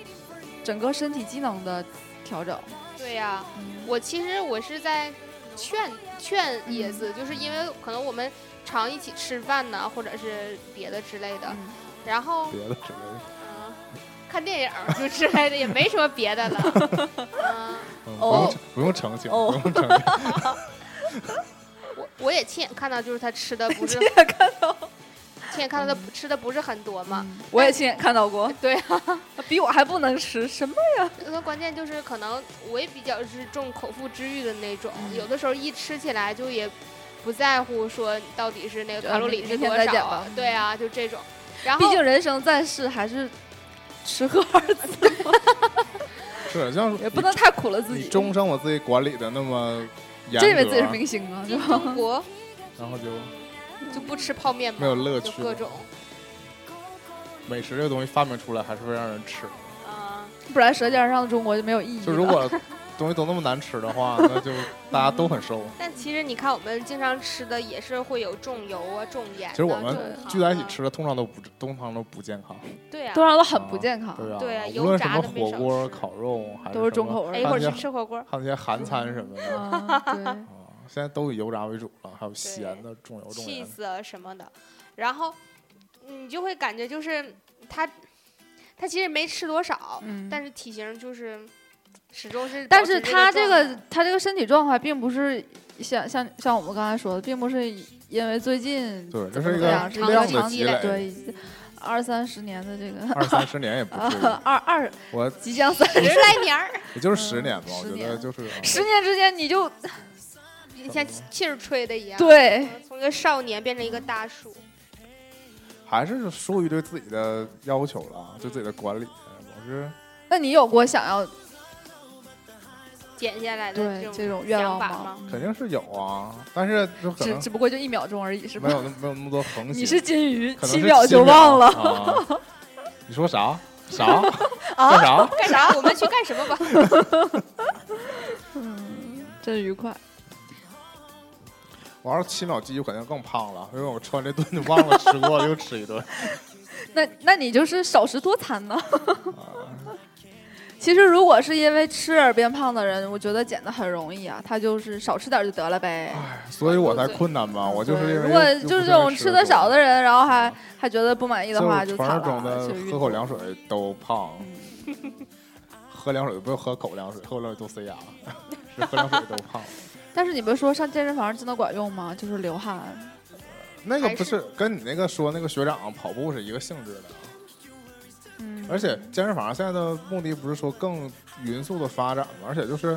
Speaker 2: 整个身体机能的调整。
Speaker 4: 对呀、
Speaker 2: 嗯
Speaker 4: 我其实我是在劝劝椰子，就是因为可能我们常一起吃饭呐，或者是别的之类
Speaker 2: 嗯
Speaker 4: 的，然后
Speaker 3: 别的之类的。
Speaker 4: 嗯看电影儿就之类的，也没什么别的了。
Speaker 2: [laughs]
Speaker 4: 嗯，
Speaker 3: 嗯不用
Speaker 2: 哦
Speaker 3: 澄不用澄清，
Speaker 2: 哦
Speaker 3: 不用澄清。
Speaker 4: 我我也亲眼看到，就是他吃的
Speaker 2: [laughs]
Speaker 4: 不是
Speaker 2: 也看到，
Speaker 4: 亲眼看到他吃的不是很多嘛。
Speaker 2: 我也亲眼看到过，
Speaker 4: 哎对
Speaker 2: 啊，比我还不能吃什么？
Speaker 4: 那关键就是可能我也比较是重口腹之欲的那种，
Speaker 2: 嗯
Speaker 4: 有的时候一吃起来就也不在乎说到底是那个
Speaker 2: 就
Speaker 4: 卡
Speaker 2: 啊
Speaker 4: 路
Speaker 2: 明
Speaker 4: 里是
Speaker 2: 明天
Speaker 4: 多
Speaker 2: 再减
Speaker 4: 少啊
Speaker 2: 吧，
Speaker 4: 对啊，就这种。然
Speaker 2: 毕
Speaker 4: 后
Speaker 2: 竟人生在世，还是吃喝玩乐，
Speaker 3: 是像
Speaker 2: 也不能太苦了自
Speaker 3: 你
Speaker 2: 己。
Speaker 3: 终生我自己管理的那么严
Speaker 2: 真以为自己是
Speaker 3: 格，
Speaker 2: 明星啊，就
Speaker 4: 进中国
Speaker 3: 然后就
Speaker 4: 就不吃泡面
Speaker 3: 没
Speaker 4: 嘛，
Speaker 3: 有乐
Speaker 4: 就
Speaker 3: 趣了。
Speaker 4: 各种
Speaker 3: 美食这个东西发明出来还是会让人吃。
Speaker 4: 啊、
Speaker 2: 不然《舌尖上的中国》就没有意义
Speaker 3: 就
Speaker 2: 了。
Speaker 3: 如果东西都那么难吃的话，那就大家都很瘦。
Speaker 4: 但其实你看，我们经常吃的也是会有重油啊、重盐、啊。
Speaker 3: 其实我们
Speaker 4: 重糖啊
Speaker 3: 聚在一起，吃的通常都不通常都不健康，
Speaker 4: 对啊
Speaker 2: 多，少都很不健康，
Speaker 3: 对啊，
Speaker 4: 对啊
Speaker 3: 无
Speaker 4: 油
Speaker 3: 论什
Speaker 4: 炸
Speaker 3: 么
Speaker 4: 的没
Speaker 3: 火
Speaker 4: 少
Speaker 3: 锅、
Speaker 4: 吃
Speaker 3: 烤肉还是
Speaker 2: 都是
Speaker 3: 什
Speaker 2: 重
Speaker 3: 么
Speaker 2: 口味儿
Speaker 4: 哎，一会儿去
Speaker 3: 看见
Speaker 4: 吃火锅。
Speaker 3: 还有那些韩餐什么的。
Speaker 2: 啊。对，
Speaker 3: 啊，现在都以油炸为主了，还有咸的、重油、重盐的。
Speaker 4: cheese 啊什么的，然后你就会感觉就是他他其实没吃多少， [laughs]
Speaker 2: 嗯，
Speaker 4: 但是体型就是始终是保
Speaker 2: 但
Speaker 4: 持
Speaker 2: 是
Speaker 4: 这
Speaker 2: 他这
Speaker 4: 这
Speaker 2: 个他这个身体状况并不是像像像我们刚才说的，并不是因为最近
Speaker 3: 对，这
Speaker 2: 怎么
Speaker 3: 是一
Speaker 2: 怎
Speaker 3: 个
Speaker 2: 么样是一
Speaker 3: 量
Speaker 2: 长
Speaker 3: 的
Speaker 2: 期
Speaker 3: 积
Speaker 2: 的，
Speaker 3: 累，
Speaker 2: 对，二三十年的这个
Speaker 3: 二三十年也不至于。
Speaker 2: 二二
Speaker 3: 我
Speaker 2: 即将三
Speaker 4: 十来年
Speaker 3: [laughs]
Speaker 4: 儿，
Speaker 3: 也就是十年吧，我
Speaker 2: 嗯十
Speaker 3: 觉
Speaker 2: 年
Speaker 3: 得就是啊
Speaker 2: 十年之间你就
Speaker 4: 像气儿吹的一样，呃
Speaker 2: 对
Speaker 4: 从一个少年变成一个大叔。
Speaker 3: 还是疏于对自己的要求了，对自己的管理。我是
Speaker 2: 那你有过想要
Speaker 4: 减下来的
Speaker 2: 对
Speaker 4: 哎这
Speaker 2: 这种愿
Speaker 4: 想
Speaker 2: 望
Speaker 4: 法？
Speaker 3: 肯定是有啊，但是就可
Speaker 2: 只
Speaker 3: 能
Speaker 2: 只不过就一秒钟而已，是吧
Speaker 3: 没？有那没有那么多横行。
Speaker 2: 你是金鱼，
Speaker 3: 可能是
Speaker 2: 七秒就
Speaker 3: [laughs]
Speaker 2: 忘了。啊
Speaker 3: 了。啊、你说啥？啥？干啥？
Speaker 4: 干啥？我们去干什么吧？
Speaker 2: [laughs] 嗯，真愉快。
Speaker 3: 我要是七秒记忆，肯定更胖了，因为我吃完这顿就忘了吃过，又吃一
Speaker 2: [laughs]
Speaker 3: 顿。
Speaker 2: 那那你就是少食多餐呢。 [laughs]
Speaker 3: 啊
Speaker 2: 其实如果是因为吃而变胖的人，我觉得减的很容易啊，他就是少吃点儿就得了呗。
Speaker 3: 所以我才困难嘛，哎我就是
Speaker 2: 对
Speaker 3: 因为
Speaker 2: 如果就是这种吃的少的人，然后还
Speaker 3: 啊
Speaker 2: 还觉得不满意
Speaker 3: 人
Speaker 2: 的话，就惨
Speaker 3: 传说中
Speaker 2: 了。
Speaker 3: 的
Speaker 2: 就运动嗯
Speaker 3: 喝口凉水都胖，喝凉水不要喝口凉水，喝口凉水都塞牙，是喝凉水都
Speaker 2: [laughs]
Speaker 3: 胖。
Speaker 2: 但是你们说上健身房真的管用吗？就是流汗，
Speaker 3: 那个不
Speaker 4: 还是
Speaker 3: 是跟你那个说那个学长跑步是一个性质的，
Speaker 2: 嗯，
Speaker 3: 而且健身房现在的目的不是说更匀速的发展嘛，而且就是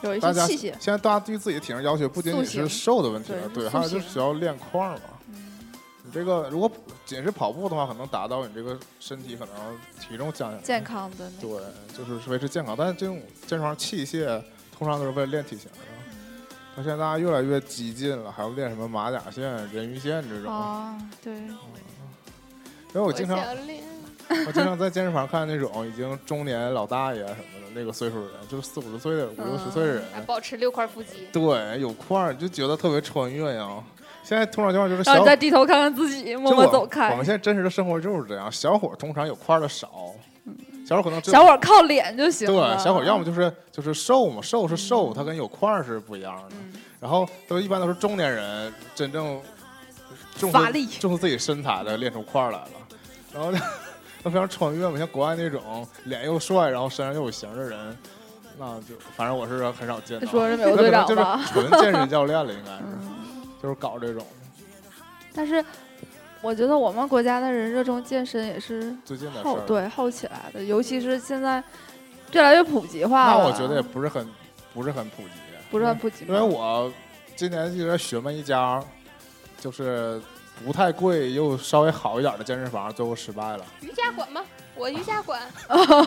Speaker 2: 有一
Speaker 3: 大
Speaker 2: 些
Speaker 3: 家
Speaker 2: 器
Speaker 3: 现
Speaker 2: 械，
Speaker 3: 在大家对自己的体型要求不仅仅是
Speaker 2: 塑形
Speaker 3: 瘦的问题了，
Speaker 2: 对
Speaker 3: 对，
Speaker 2: 塑
Speaker 3: 还有就是
Speaker 2: 形
Speaker 3: 需要练块儿嘛。
Speaker 2: 嗯，
Speaker 3: 你这个如果仅是跑步的话，可能达到你这个身体可能体重降下来，
Speaker 2: 健康的那
Speaker 3: 对
Speaker 2: 个。，
Speaker 3: 就是是维持健康。但是这种健身房器械通常都是为了练体型的。
Speaker 2: 嗯
Speaker 3: 但现在大家越来越激进了，还要练什么马甲线、人鱼线这种。
Speaker 2: 啊，对，
Speaker 3: 因为我
Speaker 4: 我
Speaker 3: 经常
Speaker 4: 想练
Speaker 3: 我经常在健身房看那种已经中年老大爷什么的那个岁数的人，就是四五十岁的、五六十岁的人，
Speaker 2: 嗯
Speaker 4: 保持六块腹肌。
Speaker 3: 对，有块儿就觉得特别穿越呀。现在通常情况就是
Speaker 2: 然
Speaker 3: 小
Speaker 2: 后你再低头看看自己，默
Speaker 3: 就
Speaker 2: 默
Speaker 3: 我
Speaker 2: 走开
Speaker 3: 我们。现在真实的生活就是这样，小伙儿通常有块儿的少，小伙儿可能只
Speaker 2: 嗯
Speaker 3: 有
Speaker 2: 小伙儿靠脸就行了。嗯
Speaker 3: 对小伙儿要么就是就是瘦嘛，瘦是瘦，他跟有块儿是不一样的。
Speaker 2: 嗯
Speaker 3: 然后都一般都是中年人真正重视
Speaker 2: 乏力
Speaker 3: 重视自己身材的练出块儿来了。然后呢他非常穿越嘛，像国外那种脸又帅，然后身上又有型的人，那就反正我是很少见到。
Speaker 2: 说是美
Speaker 3: 有
Speaker 2: 国
Speaker 3: 可
Speaker 2: 队
Speaker 3: 能
Speaker 2: 长
Speaker 3: 就是
Speaker 2: 吧？
Speaker 3: 纯健身教练了，应该是，
Speaker 2: 嗯，
Speaker 3: 就是搞这种。
Speaker 2: 但是我觉得我们国家的人热衷健身也是
Speaker 3: 最近的事
Speaker 2: 后
Speaker 3: 儿，
Speaker 2: 对后起来的，尤其是现在越来越普及化
Speaker 3: 那
Speaker 2: 了。
Speaker 3: 我觉得也不是很不是很普及，嗯
Speaker 2: 不是很普及
Speaker 3: 因为
Speaker 2: 吗，
Speaker 3: 我今年一直在询问一家，就是不太贵又稍微好一点的健身房，最后失败
Speaker 2: [laughs]
Speaker 3: 了。
Speaker 4: 瑜伽馆吗？我瑜伽馆，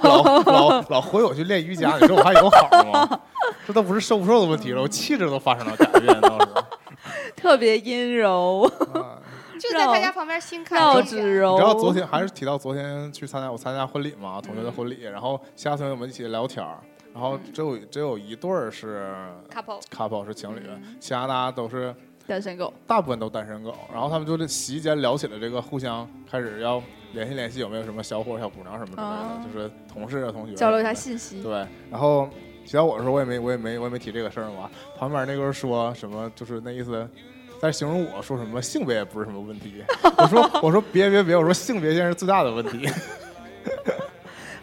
Speaker 3: 老老老回我去练瑜伽，你说我还有好
Speaker 2: [laughs]
Speaker 3: 吗？这都不是瘦不瘦的问题了，我气质都发生了改变，倒是。
Speaker 2: 特别阴柔，
Speaker 3: 啊
Speaker 4: 就在他家旁边新开
Speaker 2: 绕
Speaker 4: 的一
Speaker 2: 指
Speaker 4: 家。
Speaker 2: 柔。
Speaker 3: [laughs] 你知道昨
Speaker 2: 哦
Speaker 3: 天还是提到昨天去参加我参加婚礼嘛，同学
Speaker 2: 嗯
Speaker 3: 的婚礼，然后其他同学我们一起聊天儿，然后只有只有一对儿是
Speaker 4: couple，
Speaker 3: couple 是情侣
Speaker 2: 嗯，
Speaker 3: 其他大家都是
Speaker 2: 单身狗，
Speaker 3: 大部分都单身狗，然后他们就是席间聊起了这个，互相开始要联系联系有没有什么小伙儿小姑娘什么之类的，
Speaker 2: 哦
Speaker 3: 就是同事啊同学
Speaker 2: 交流一
Speaker 3: 什
Speaker 2: 下
Speaker 3: 么的
Speaker 2: 信息。
Speaker 3: 对，然后提到我的时候，我也没我也没我也没提这个事儿嘛。旁边那个人说什么，就是那意思，在形容我说什么性别也不是什么问题。 [laughs] 我说我说别别别，我说性别现在是最大的问题。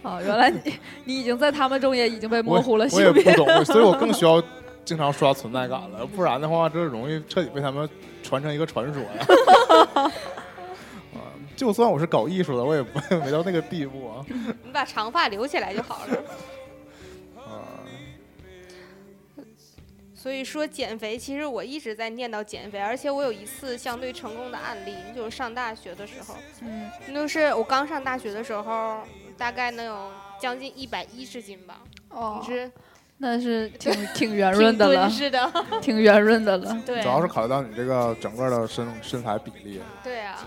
Speaker 2: 啊，原来你你已经在他们中也已经被
Speaker 3: 我
Speaker 2: 模糊了
Speaker 3: 我也
Speaker 2: 性
Speaker 3: 不
Speaker 2: 别。
Speaker 4: [laughs]
Speaker 3: 懂，我所以我更需要经常刷存在感了，不然的话，这容易彻底被他们传成一个传说呀。 [laughs] 啊就算我是搞艺术的，我也不没到那个地步啊。
Speaker 2: 嗯
Speaker 4: 你把长发留起来就好了。
Speaker 3: 啊，
Speaker 4: 所以说减肥，其实我一直在念叨减肥，而且我有一次相对成功的案例，就是上大学的时候，
Speaker 2: 嗯
Speaker 4: 就是我刚上大学的时候，大概能有将近一百一十斤吧，
Speaker 2: 哦
Speaker 4: 你，是
Speaker 2: 那
Speaker 4: [laughs]
Speaker 2: 是挺挺圆润
Speaker 4: 挺
Speaker 2: 的
Speaker 4: 敦
Speaker 2: 了，[laughs]
Speaker 4: 实的，
Speaker 2: 挺圆润的了。
Speaker 4: 对，
Speaker 3: 主要是考虑到你这个整个的身身材比例，
Speaker 4: 对啊，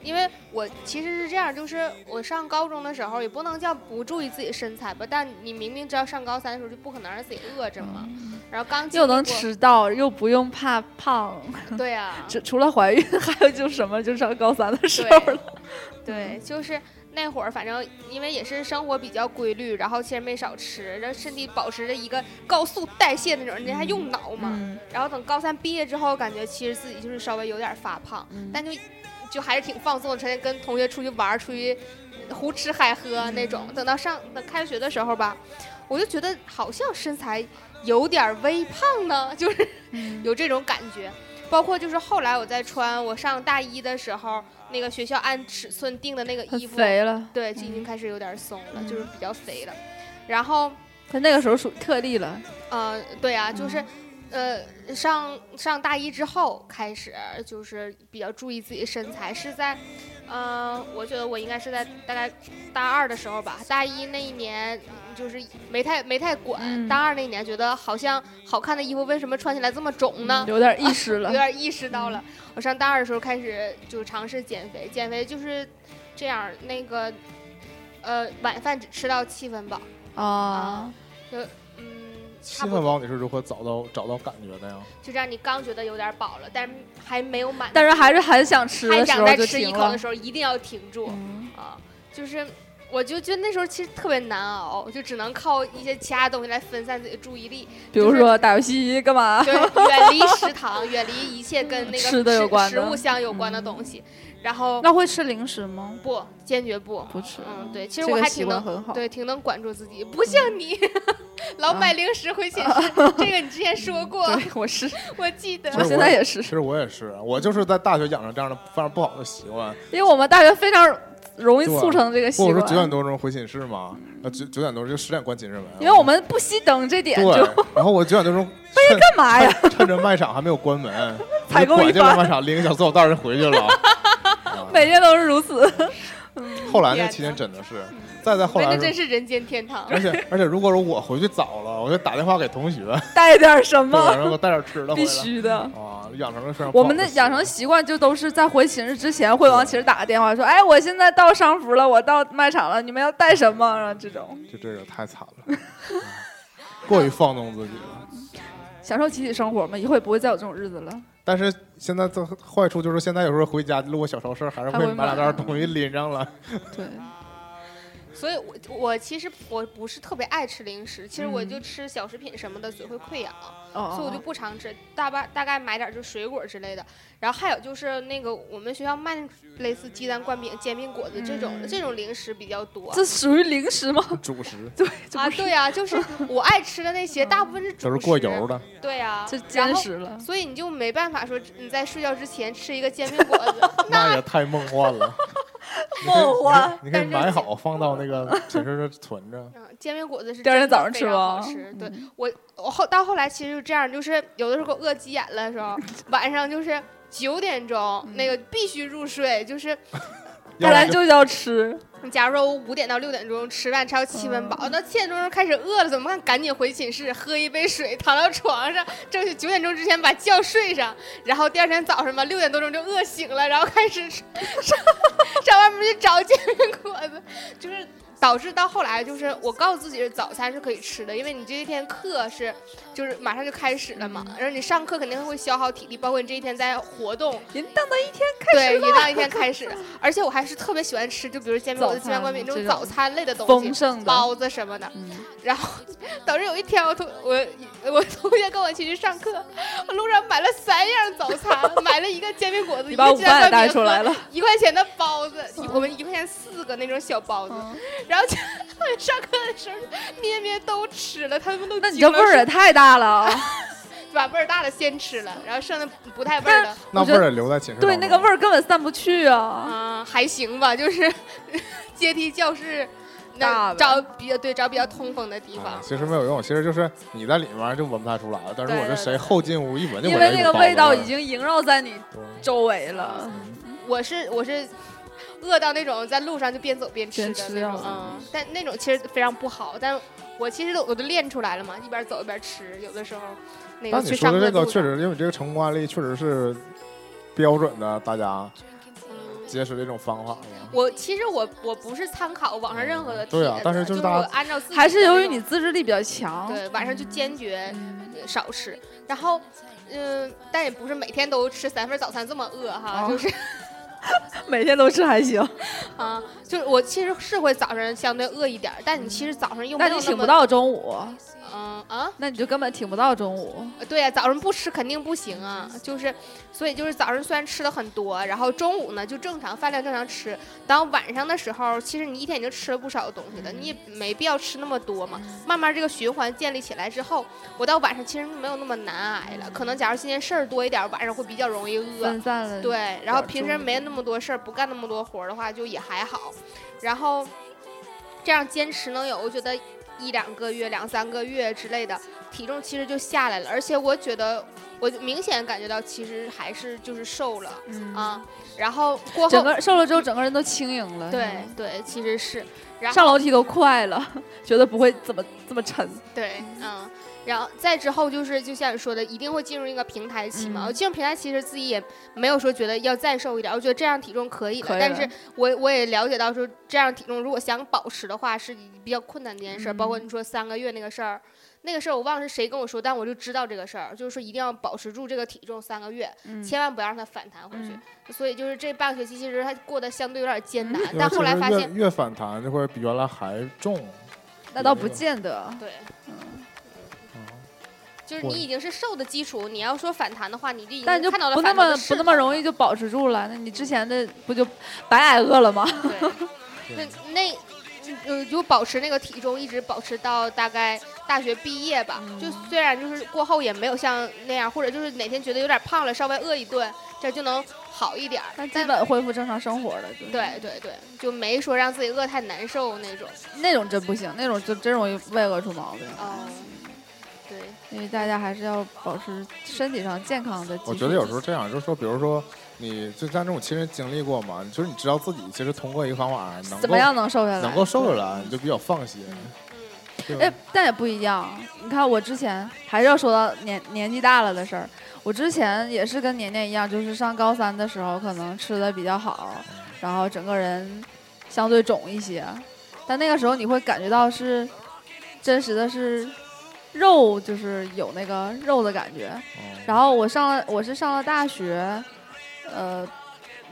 Speaker 4: 因为我其实是这样，就是我上高中的时候也不能叫不注意自己身材吧，但你明明知道上高三的时候就不可能让自己饿着嘛，然后刚
Speaker 2: 嗯
Speaker 4: 经
Speaker 2: 又
Speaker 4: 历
Speaker 2: 能
Speaker 4: 过，
Speaker 2: 吃到，又不用怕胖，[laughs]
Speaker 4: 对啊，
Speaker 2: 除除了怀孕，还有就是什么，就上高三的时
Speaker 4: 对
Speaker 2: 候了。
Speaker 4: 对，就是那会儿，反正因为也是生活比较规律，然后其实没少吃，然后身体保持着一个高速代谢那种，人家还用脑嘛。
Speaker 2: 嗯，
Speaker 4: 然后等高三毕业之后，感觉其实自己就是稍微有点发胖，
Speaker 2: 嗯
Speaker 4: 但就就还是挺放松的，成天跟同学出去玩儿，出去胡吃海喝那种。等到上等开学的时候吧，我就觉得好像身材有点儿微胖呢， [laughs] 就是
Speaker 2: 嗯
Speaker 4: 有这种感觉。包括就是后来我在穿我上大一的时候，那个学校按尺寸定的那个
Speaker 2: 很
Speaker 4: 衣服，
Speaker 2: 肥嗯了。
Speaker 4: 对，就已经开始有点松了，就是比较肥了。然后
Speaker 2: 他那个时候属于特例了，
Speaker 4: 呃，对啊，就是，
Speaker 2: 嗯
Speaker 4: 呃，上上大一之后开始就是比较注意自己身材，是在，呃，我觉得我应该是在大概大二的时候吧，大一那一年就是没太没太管，
Speaker 2: 嗯
Speaker 4: 大二那一年觉得好像好看的衣服为什么穿起来这么肿嗯呢？啊
Speaker 2: 有点意识了嗯
Speaker 4: 有。点意识到了。我上大二的时候开始就尝试减肥，减肥就是这样，那个，呃，晚饭只吃到七分饱，
Speaker 2: 啊，
Speaker 4: 嗯，差
Speaker 3: 七
Speaker 4: 不多
Speaker 3: 分。饱你是如何找到找到感觉的呀？
Speaker 4: 就让你刚觉得有点饱了，但是还没有满足，
Speaker 2: 但是还是很想吃
Speaker 4: 还
Speaker 2: 的时
Speaker 4: 想
Speaker 2: 候
Speaker 4: 再
Speaker 2: 就
Speaker 4: 吃一
Speaker 2: 停
Speaker 4: 口
Speaker 2: 了
Speaker 4: 的。时候，一定要停住、
Speaker 2: 嗯
Speaker 4: 啊！就是，我就觉得那时候其实特别难熬，就只能靠一些其他东西来分散自己的注
Speaker 2: [laughs]
Speaker 4: 意力，
Speaker 2: 比如
Speaker 4: 就是
Speaker 2: 说打游戏干嘛？
Speaker 4: 就是远离食堂，远离一切跟那个
Speaker 2: 吃的有关
Speaker 4: 食
Speaker 2: 的
Speaker 4: 物相有关
Speaker 2: 嗯
Speaker 4: 的东西，然后
Speaker 2: 那会吃零食吗？
Speaker 4: 不坚决不，
Speaker 2: 不吃。
Speaker 4: 嗯，对，其
Speaker 2: 这
Speaker 4: 实我
Speaker 2: 个
Speaker 4: 还
Speaker 2: 习
Speaker 4: 挺
Speaker 2: 惯
Speaker 4: 能。
Speaker 2: 很好。
Speaker 4: 对，挺能管住自
Speaker 2: 哦
Speaker 4: 己，不像你， [laughs] 老买零食回
Speaker 2: [laughs]
Speaker 4: 寝室。这个你之前说过，
Speaker 2: 啊对，我是，
Speaker 4: [laughs] 我记得
Speaker 3: 其。实
Speaker 2: 我现在也是
Speaker 3: 其，实我也是，我就是在大学养成这样的非常不好的习惯，
Speaker 2: 因为我们大学非常容易
Speaker 3: 对
Speaker 2: 促成这个习
Speaker 3: 或者
Speaker 2: 惯
Speaker 3: 说，九点多钟回寝室嘛，呃九九点多就十点关寝室门，啊
Speaker 2: 因为我们不熄灯这点就
Speaker 3: 对，啊然后我九点
Speaker 2: [laughs]
Speaker 3: 多钟趁
Speaker 2: 干嘛
Speaker 3: [laughs]
Speaker 2: 呀？
Speaker 3: 趁着卖场还没有关门，我
Speaker 2: 采
Speaker 3: 就
Speaker 2: 购一
Speaker 3: 拐进了
Speaker 2: 番
Speaker 3: 卖场拎个小塑料袋儿就回去
Speaker 2: [laughs]
Speaker 3: 了。啊
Speaker 2: 每天都是如此。 [laughs]
Speaker 3: 后来那
Speaker 4: 天
Speaker 3: 期间真的是，再再后
Speaker 4: 那
Speaker 3: 来
Speaker 4: 真
Speaker 3: 是，
Speaker 4: 是人间天堂。
Speaker 3: 而且而且如果说我回去早了，我就打电话给同学，
Speaker 2: 带点什
Speaker 3: 对，
Speaker 2: 么，
Speaker 3: 然后给我带点吃的回
Speaker 2: 必
Speaker 3: 来。
Speaker 2: 须的。
Speaker 3: 啊，养成了非常不
Speaker 2: 我
Speaker 3: 好
Speaker 2: 们的
Speaker 3: 习
Speaker 2: 养成
Speaker 3: 惯
Speaker 2: 习惯就都是在回寝室之前会往寝室打个电话，说：“哎，我现在到商服了，我到卖场了，你们要带什么？”然后这种
Speaker 3: 就这个太惨了， [laughs] 过于放纵自己了。
Speaker 2: 享受集体生活嘛，以后也不会再有这种日子了。
Speaker 3: 但是现在的坏处就是，现在有时候回家路过小超市，还是
Speaker 2: 还
Speaker 3: 会
Speaker 2: 会
Speaker 3: 买两
Speaker 2: 买
Speaker 3: 袋东西拎上来。
Speaker 2: 对，
Speaker 4: 所以我我其实我不是特别爱吃零食，其实我就
Speaker 2: 嗯
Speaker 4: 吃小食品什么的，嘴会溃疡。
Speaker 2: 哦，
Speaker 4: 所以我就不常吃，大巴大概买点儿就水果之类的。然后还有就是那个我们学校卖那类似鸡蛋灌饼、煎饼果子这种、
Speaker 2: 嗯
Speaker 4: 这种零食比较多。
Speaker 2: 这属于零食吗？
Speaker 3: [laughs]
Speaker 2: [laughs]
Speaker 3: 主食
Speaker 2: 对，这
Speaker 4: 啊，
Speaker 2: 不是，
Speaker 4: 对呀、就是我爱吃的那些，大部分是主
Speaker 3: 都
Speaker 4: 食。
Speaker 3: 是过油。的，，
Speaker 4: 对呀、
Speaker 2: 这
Speaker 4: 啊然
Speaker 2: 坚
Speaker 4: 后
Speaker 2: 实了。
Speaker 4: 所以你就没办法说你在睡觉之前吃一个煎饼果子
Speaker 3: [laughs] 那也太梦幻了。你可以 [laughs]
Speaker 2: 梦幻
Speaker 3: 你可以
Speaker 4: 但是
Speaker 3: 买好放到那个寝室这存着。
Speaker 4: 嗯，煎饼果子是
Speaker 2: 第二天
Speaker 4: 真的
Speaker 2: 早上
Speaker 4: 非
Speaker 2: 吃嗯
Speaker 4: 常
Speaker 2: 吧
Speaker 4: 好吃。对我，我后到后来其实就这样，就是有的时候给我饿急眼了的
Speaker 2: [laughs]
Speaker 4: 时候，晚上就是九点钟那
Speaker 2: 嗯
Speaker 4: 个必须入睡，就是
Speaker 2: 看来就是要吃，
Speaker 4: 假如说我五点到六点钟吃饭，吃到七分饱，到七点钟开始饿了，怎么办？赶紧回寝室喝一杯水，躺到床上，争取九点钟之前把觉睡上。然后第二天早上吧，六点多钟就饿醒了，然后开始吃上上外面去找煎饼果子， [laughs] 就是导致到后来就是我告诉自己早餐是可以吃的，因为你这一天课是就是马上就开始了嘛，然后你上课肯定会消耗体力，包括你这一天在活动，
Speaker 2: 人当当一天
Speaker 4: 对，一到一天
Speaker 2: [laughs]
Speaker 4: 开始，而且我还是特别喜欢吃，就比如煎饼果子、
Speaker 2: 早
Speaker 4: 鸡蛋灌饼
Speaker 2: 餐
Speaker 4: 这种
Speaker 2: 这
Speaker 4: 早
Speaker 2: 种
Speaker 4: 餐类的东
Speaker 2: 丰
Speaker 4: 西，
Speaker 2: 盛的，
Speaker 4: 包子什么的。
Speaker 2: 嗯，
Speaker 4: 然后导致有一天我同我我同学跟我一起去上课，我路上买了三样早餐，买了一个煎饼果子，
Speaker 2: [laughs] 你
Speaker 4: 一
Speaker 2: 把
Speaker 4: 个
Speaker 2: 午
Speaker 4: 鸡
Speaker 2: 饭也
Speaker 4: 蛋灌
Speaker 2: 带
Speaker 4: 饼
Speaker 2: 出来
Speaker 4: 和
Speaker 2: 了，嗯
Speaker 4: 一块钱的
Speaker 2: [laughs]
Speaker 4: 包子，一我们一块钱四个那种小包子。然后就上课的时候咩咩都吃了，他们都
Speaker 2: 那你
Speaker 4: 惊
Speaker 2: 这
Speaker 4: 了
Speaker 2: 味儿也太大了啊！
Speaker 4: 把味儿大的先吃了，然后剩的不太味儿的。
Speaker 3: 那味儿也留在寝室。
Speaker 2: 对，那个味
Speaker 3: 儿。
Speaker 2: 儿根本散不去啊。
Speaker 4: 嗯，还行吧，就是 [laughs] 阶梯教室，那
Speaker 2: 大呗
Speaker 4: 找比较对找比较通风的地
Speaker 3: 啊
Speaker 4: 方，。
Speaker 3: 其实没有用，其实就是你在里面就闻不太出来了，但是
Speaker 4: 对
Speaker 3: 我这
Speaker 4: 对
Speaker 3: 谁后进屋一闻就
Speaker 2: 因
Speaker 3: 闻
Speaker 2: 为
Speaker 3: 着
Speaker 2: 那
Speaker 3: 一
Speaker 2: 个
Speaker 3: 股
Speaker 2: 味道
Speaker 3: 包子
Speaker 2: 已经萦绕在你
Speaker 3: 对
Speaker 2: 周围了，
Speaker 4: 嗯我是我是饿到那种在路上就边走边吃
Speaker 2: 边
Speaker 4: 的
Speaker 2: 吃
Speaker 4: 那
Speaker 2: 药
Speaker 4: 种，嗯，但那种其实非常不好，但我其实都我都练出来了嘛，一边走一边吃，有的时候那个
Speaker 3: 但你
Speaker 4: 去
Speaker 3: 说
Speaker 4: 上
Speaker 3: 的
Speaker 4: 课
Speaker 3: 这个
Speaker 4: 路
Speaker 3: 确
Speaker 4: 上，
Speaker 3: 实，因为你这个成功案例确实是标准的大家
Speaker 4: 嗯
Speaker 3: 节食的一种方法嘛。
Speaker 4: 我其实我我不是参考网上任何的帖
Speaker 3: 对啊
Speaker 4: 子
Speaker 3: 但是就
Speaker 4: 就是是
Speaker 3: 大家
Speaker 4: 我按照自己
Speaker 2: 还是
Speaker 4: 的
Speaker 2: 由
Speaker 4: 那
Speaker 2: 于
Speaker 4: 种
Speaker 2: 你自制力比较强。
Speaker 4: 对晚上就坚决
Speaker 2: 嗯，
Speaker 4: 少吃，然后，嗯、但也不是每天都吃三份早餐这么饿哈，
Speaker 2: 哦
Speaker 4: 就是
Speaker 2: 每天都吃还行，
Speaker 4: 啊，就是我其实是会早上相对饿一点儿，但你其实早上又没
Speaker 2: 那
Speaker 4: 有
Speaker 2: 你
Speaker 4: 那
Speaker 2: 挺不
Speaker 4: 么，
Speaker 2: 到中午，
Speaker 4: 嗯啊，
Speaker 2: 那你就根本挺不到中午。
Speaker 4: 对呀、早上不吃肯定不行啊，就是，所以就是早上虽然吃的很多，然后中午呢就正常饭量正常吃，当晚上的时候，其实你一天已经吃了不少东西了，你也没必要吃那么多嘛。慢慢这个循环建立起来之后，我到晚上其实没有那么难挨了，可能假如今天事儿多一点儿，晚上会比较容易饿，
Speaker 2: 分散了，，
Speaker 4: 对，啊然后
Speaker 2: 点
Speaker 4: 平
Speaker 2: 重
Speaker 4: 时
Speaker 2: 力
Speaker 4: 没那么多事儿，不干那么多活儿的话，就也还好。然后这样坚持能有，我觉得一两个月、两三个月之类的，体重其实就下来了。而且我觉得，我就明显感觉到其实还是就是瘦了
Speaker 2: 嗯，
Speaker 4: 啊。然后过
Speaker 2: 整
Speaker 4: 后，
Speaker 2: 个瘦了之后，整个人都轻盈了。是
Speaker 4: 对
Speaker 2: 吗
Speaker 4: 对，其实是，然后
Speaker 2: 上楼梯都快了， [laughs] 觉得不会这么这么沉。
Speaker 4: 对，嗯。然后再之后就是，就像你说的，一定会进入一个平台期
Speaker 2: 嗯
Speaker 4: 嘛。我进入平台期时，自己也没有说觉得要再瘦一点，我觉得这样体重可以了。
Speaker 2: 可以
Speaker 4: 但
Speaker 2: 了
Speaker 4: 是我我也了解到说，这样体重如果想保持的话，是比较困难的一件事儿。包括
Speaker 2: 嗯
Speaker 4: 你说三个月那个事儿，那个事儿我忘了是谁跟我说，但我就知道这个事儿，就是说一定要保持住这个体重三个月，
Speaker 2: 嗯
Speaker 4: 千万不要让它反弹回去。所以就是这半个学期，其实它过得相对有点艰难，
Speaker 2: 嗯
Speaker 3: 因为
Speaker 4: 但
Speaker 3: 其
Speaker 4: 后来
Speaker 3: 实
Speaker 4: 发
Speaker 3: 越
Speaker 4: 现，
Speaker 3: 越反弹就会比原来还重。
Speaker 2: 那倒不见得，
Speaker 4: 对。
Speaker 3: 嗯
Speaker 4: 就是
Speaker 3: 我
Speaker 4: 你已经是瘦的基础，你要说反弹的话，你就已经
Speaker 2: 但就
Speaker 4: 看到了
Speaker 2: 不那
Speaker 4: 反
Speaker 2: 么
Speaker 4: 弹的
Speaker 2: 不那么容
Speaker 4: 易。
Speaker 2: 易就保持住了。那你之前的不就白挨饿了吗？ [laughs]
Speaker 4: 对，
Speaker 3: [laughs]
Speaker 4: 那那呃就就保持那个体重，一直保持到大概大学毕业吧。
Speaker 2: 嗯
Speaker 4: 就虽然就是过后也没有像那样，或者就是哪天觉得有点胖了，稍微饿一顿，这就能好一点儿。
Speaker 2: 那基本恢复正常生活了。就是
Speaker 4: 对对对，就没说让自己饿太难受那种。
Speaker 2: 那种真不行，那种就真容易胃饿出毛病。
Speaker 4: 哦，对，
Speaker 2: 因为大家还是要保持身体上健康的。
Speaker 3: 我觉得有时候这样，就是说，比如说你就像这种亲身经历过嘛，就是你知道自己其实通过一个方法能够
Speaker 2: 怎么样能瘦下来？
Speaker 3: 能够瘦下来，你就比较放心。
Speaker 4: 嗯，
Speaker 3: 对吧
Speaker 2: 哎，但也不一样。你看，我之前还是要说到年年纪大了的事儿。我之前也是跟年年一样，就是上高三的时候，可能吃的比较好，然后整个人相对肿一些。但那个时候你会感觉到是真实的是肉，就是有那个肉的感觉。
Speaker 3: 嗯
Speaker 2: 然后我上了，我是上了大学，呃，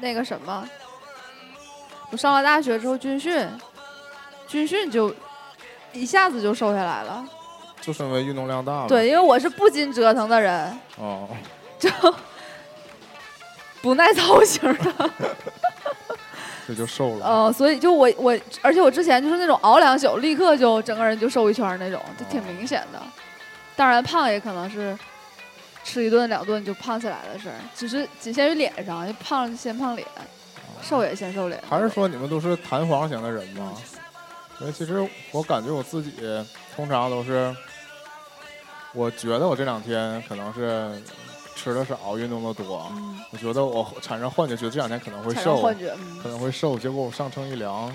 Speaker 2: 那个什么，我上了大学之后军训，军训就一下子就瘦下来了。
Speaker 3: 就是因为运动量大了。
Speaker 2: 对，因为我是不经折腾的人，
Speaker 3: 哦，
Speaker 2: 就不耐操型的，
Speaker 3: [laughs] 这就瘦了。
Speaker 2: 嗯、所以就我我，而且我之前就是那种熬两宿，立刻就整个人就瘦一圈儿那种，就
Speaker 3: 哦
Speaker 2: 挺明显的。当然，胖也可能是吃一顿两顿就胖起来的事儿，只是仅限于脸上，就胖先胖脸，瘦也先瘦脸。
Speaker 3: 还是说你们都是弹簧型的人吗？因为其实我感觉我自己通常都是，我觉得我这两天可能是吃的少，运动的多。
Speaker 2: 嗯，
Speaker 3: 我觉得我产生幻觉，觉得这两天可能会
Speaker 2: 产生
Speaker 3: 瘦啊
Speaker 2: 幻，觉。嗯
Speaker 3: [laughs] 可能会瘦。结果我上称一量，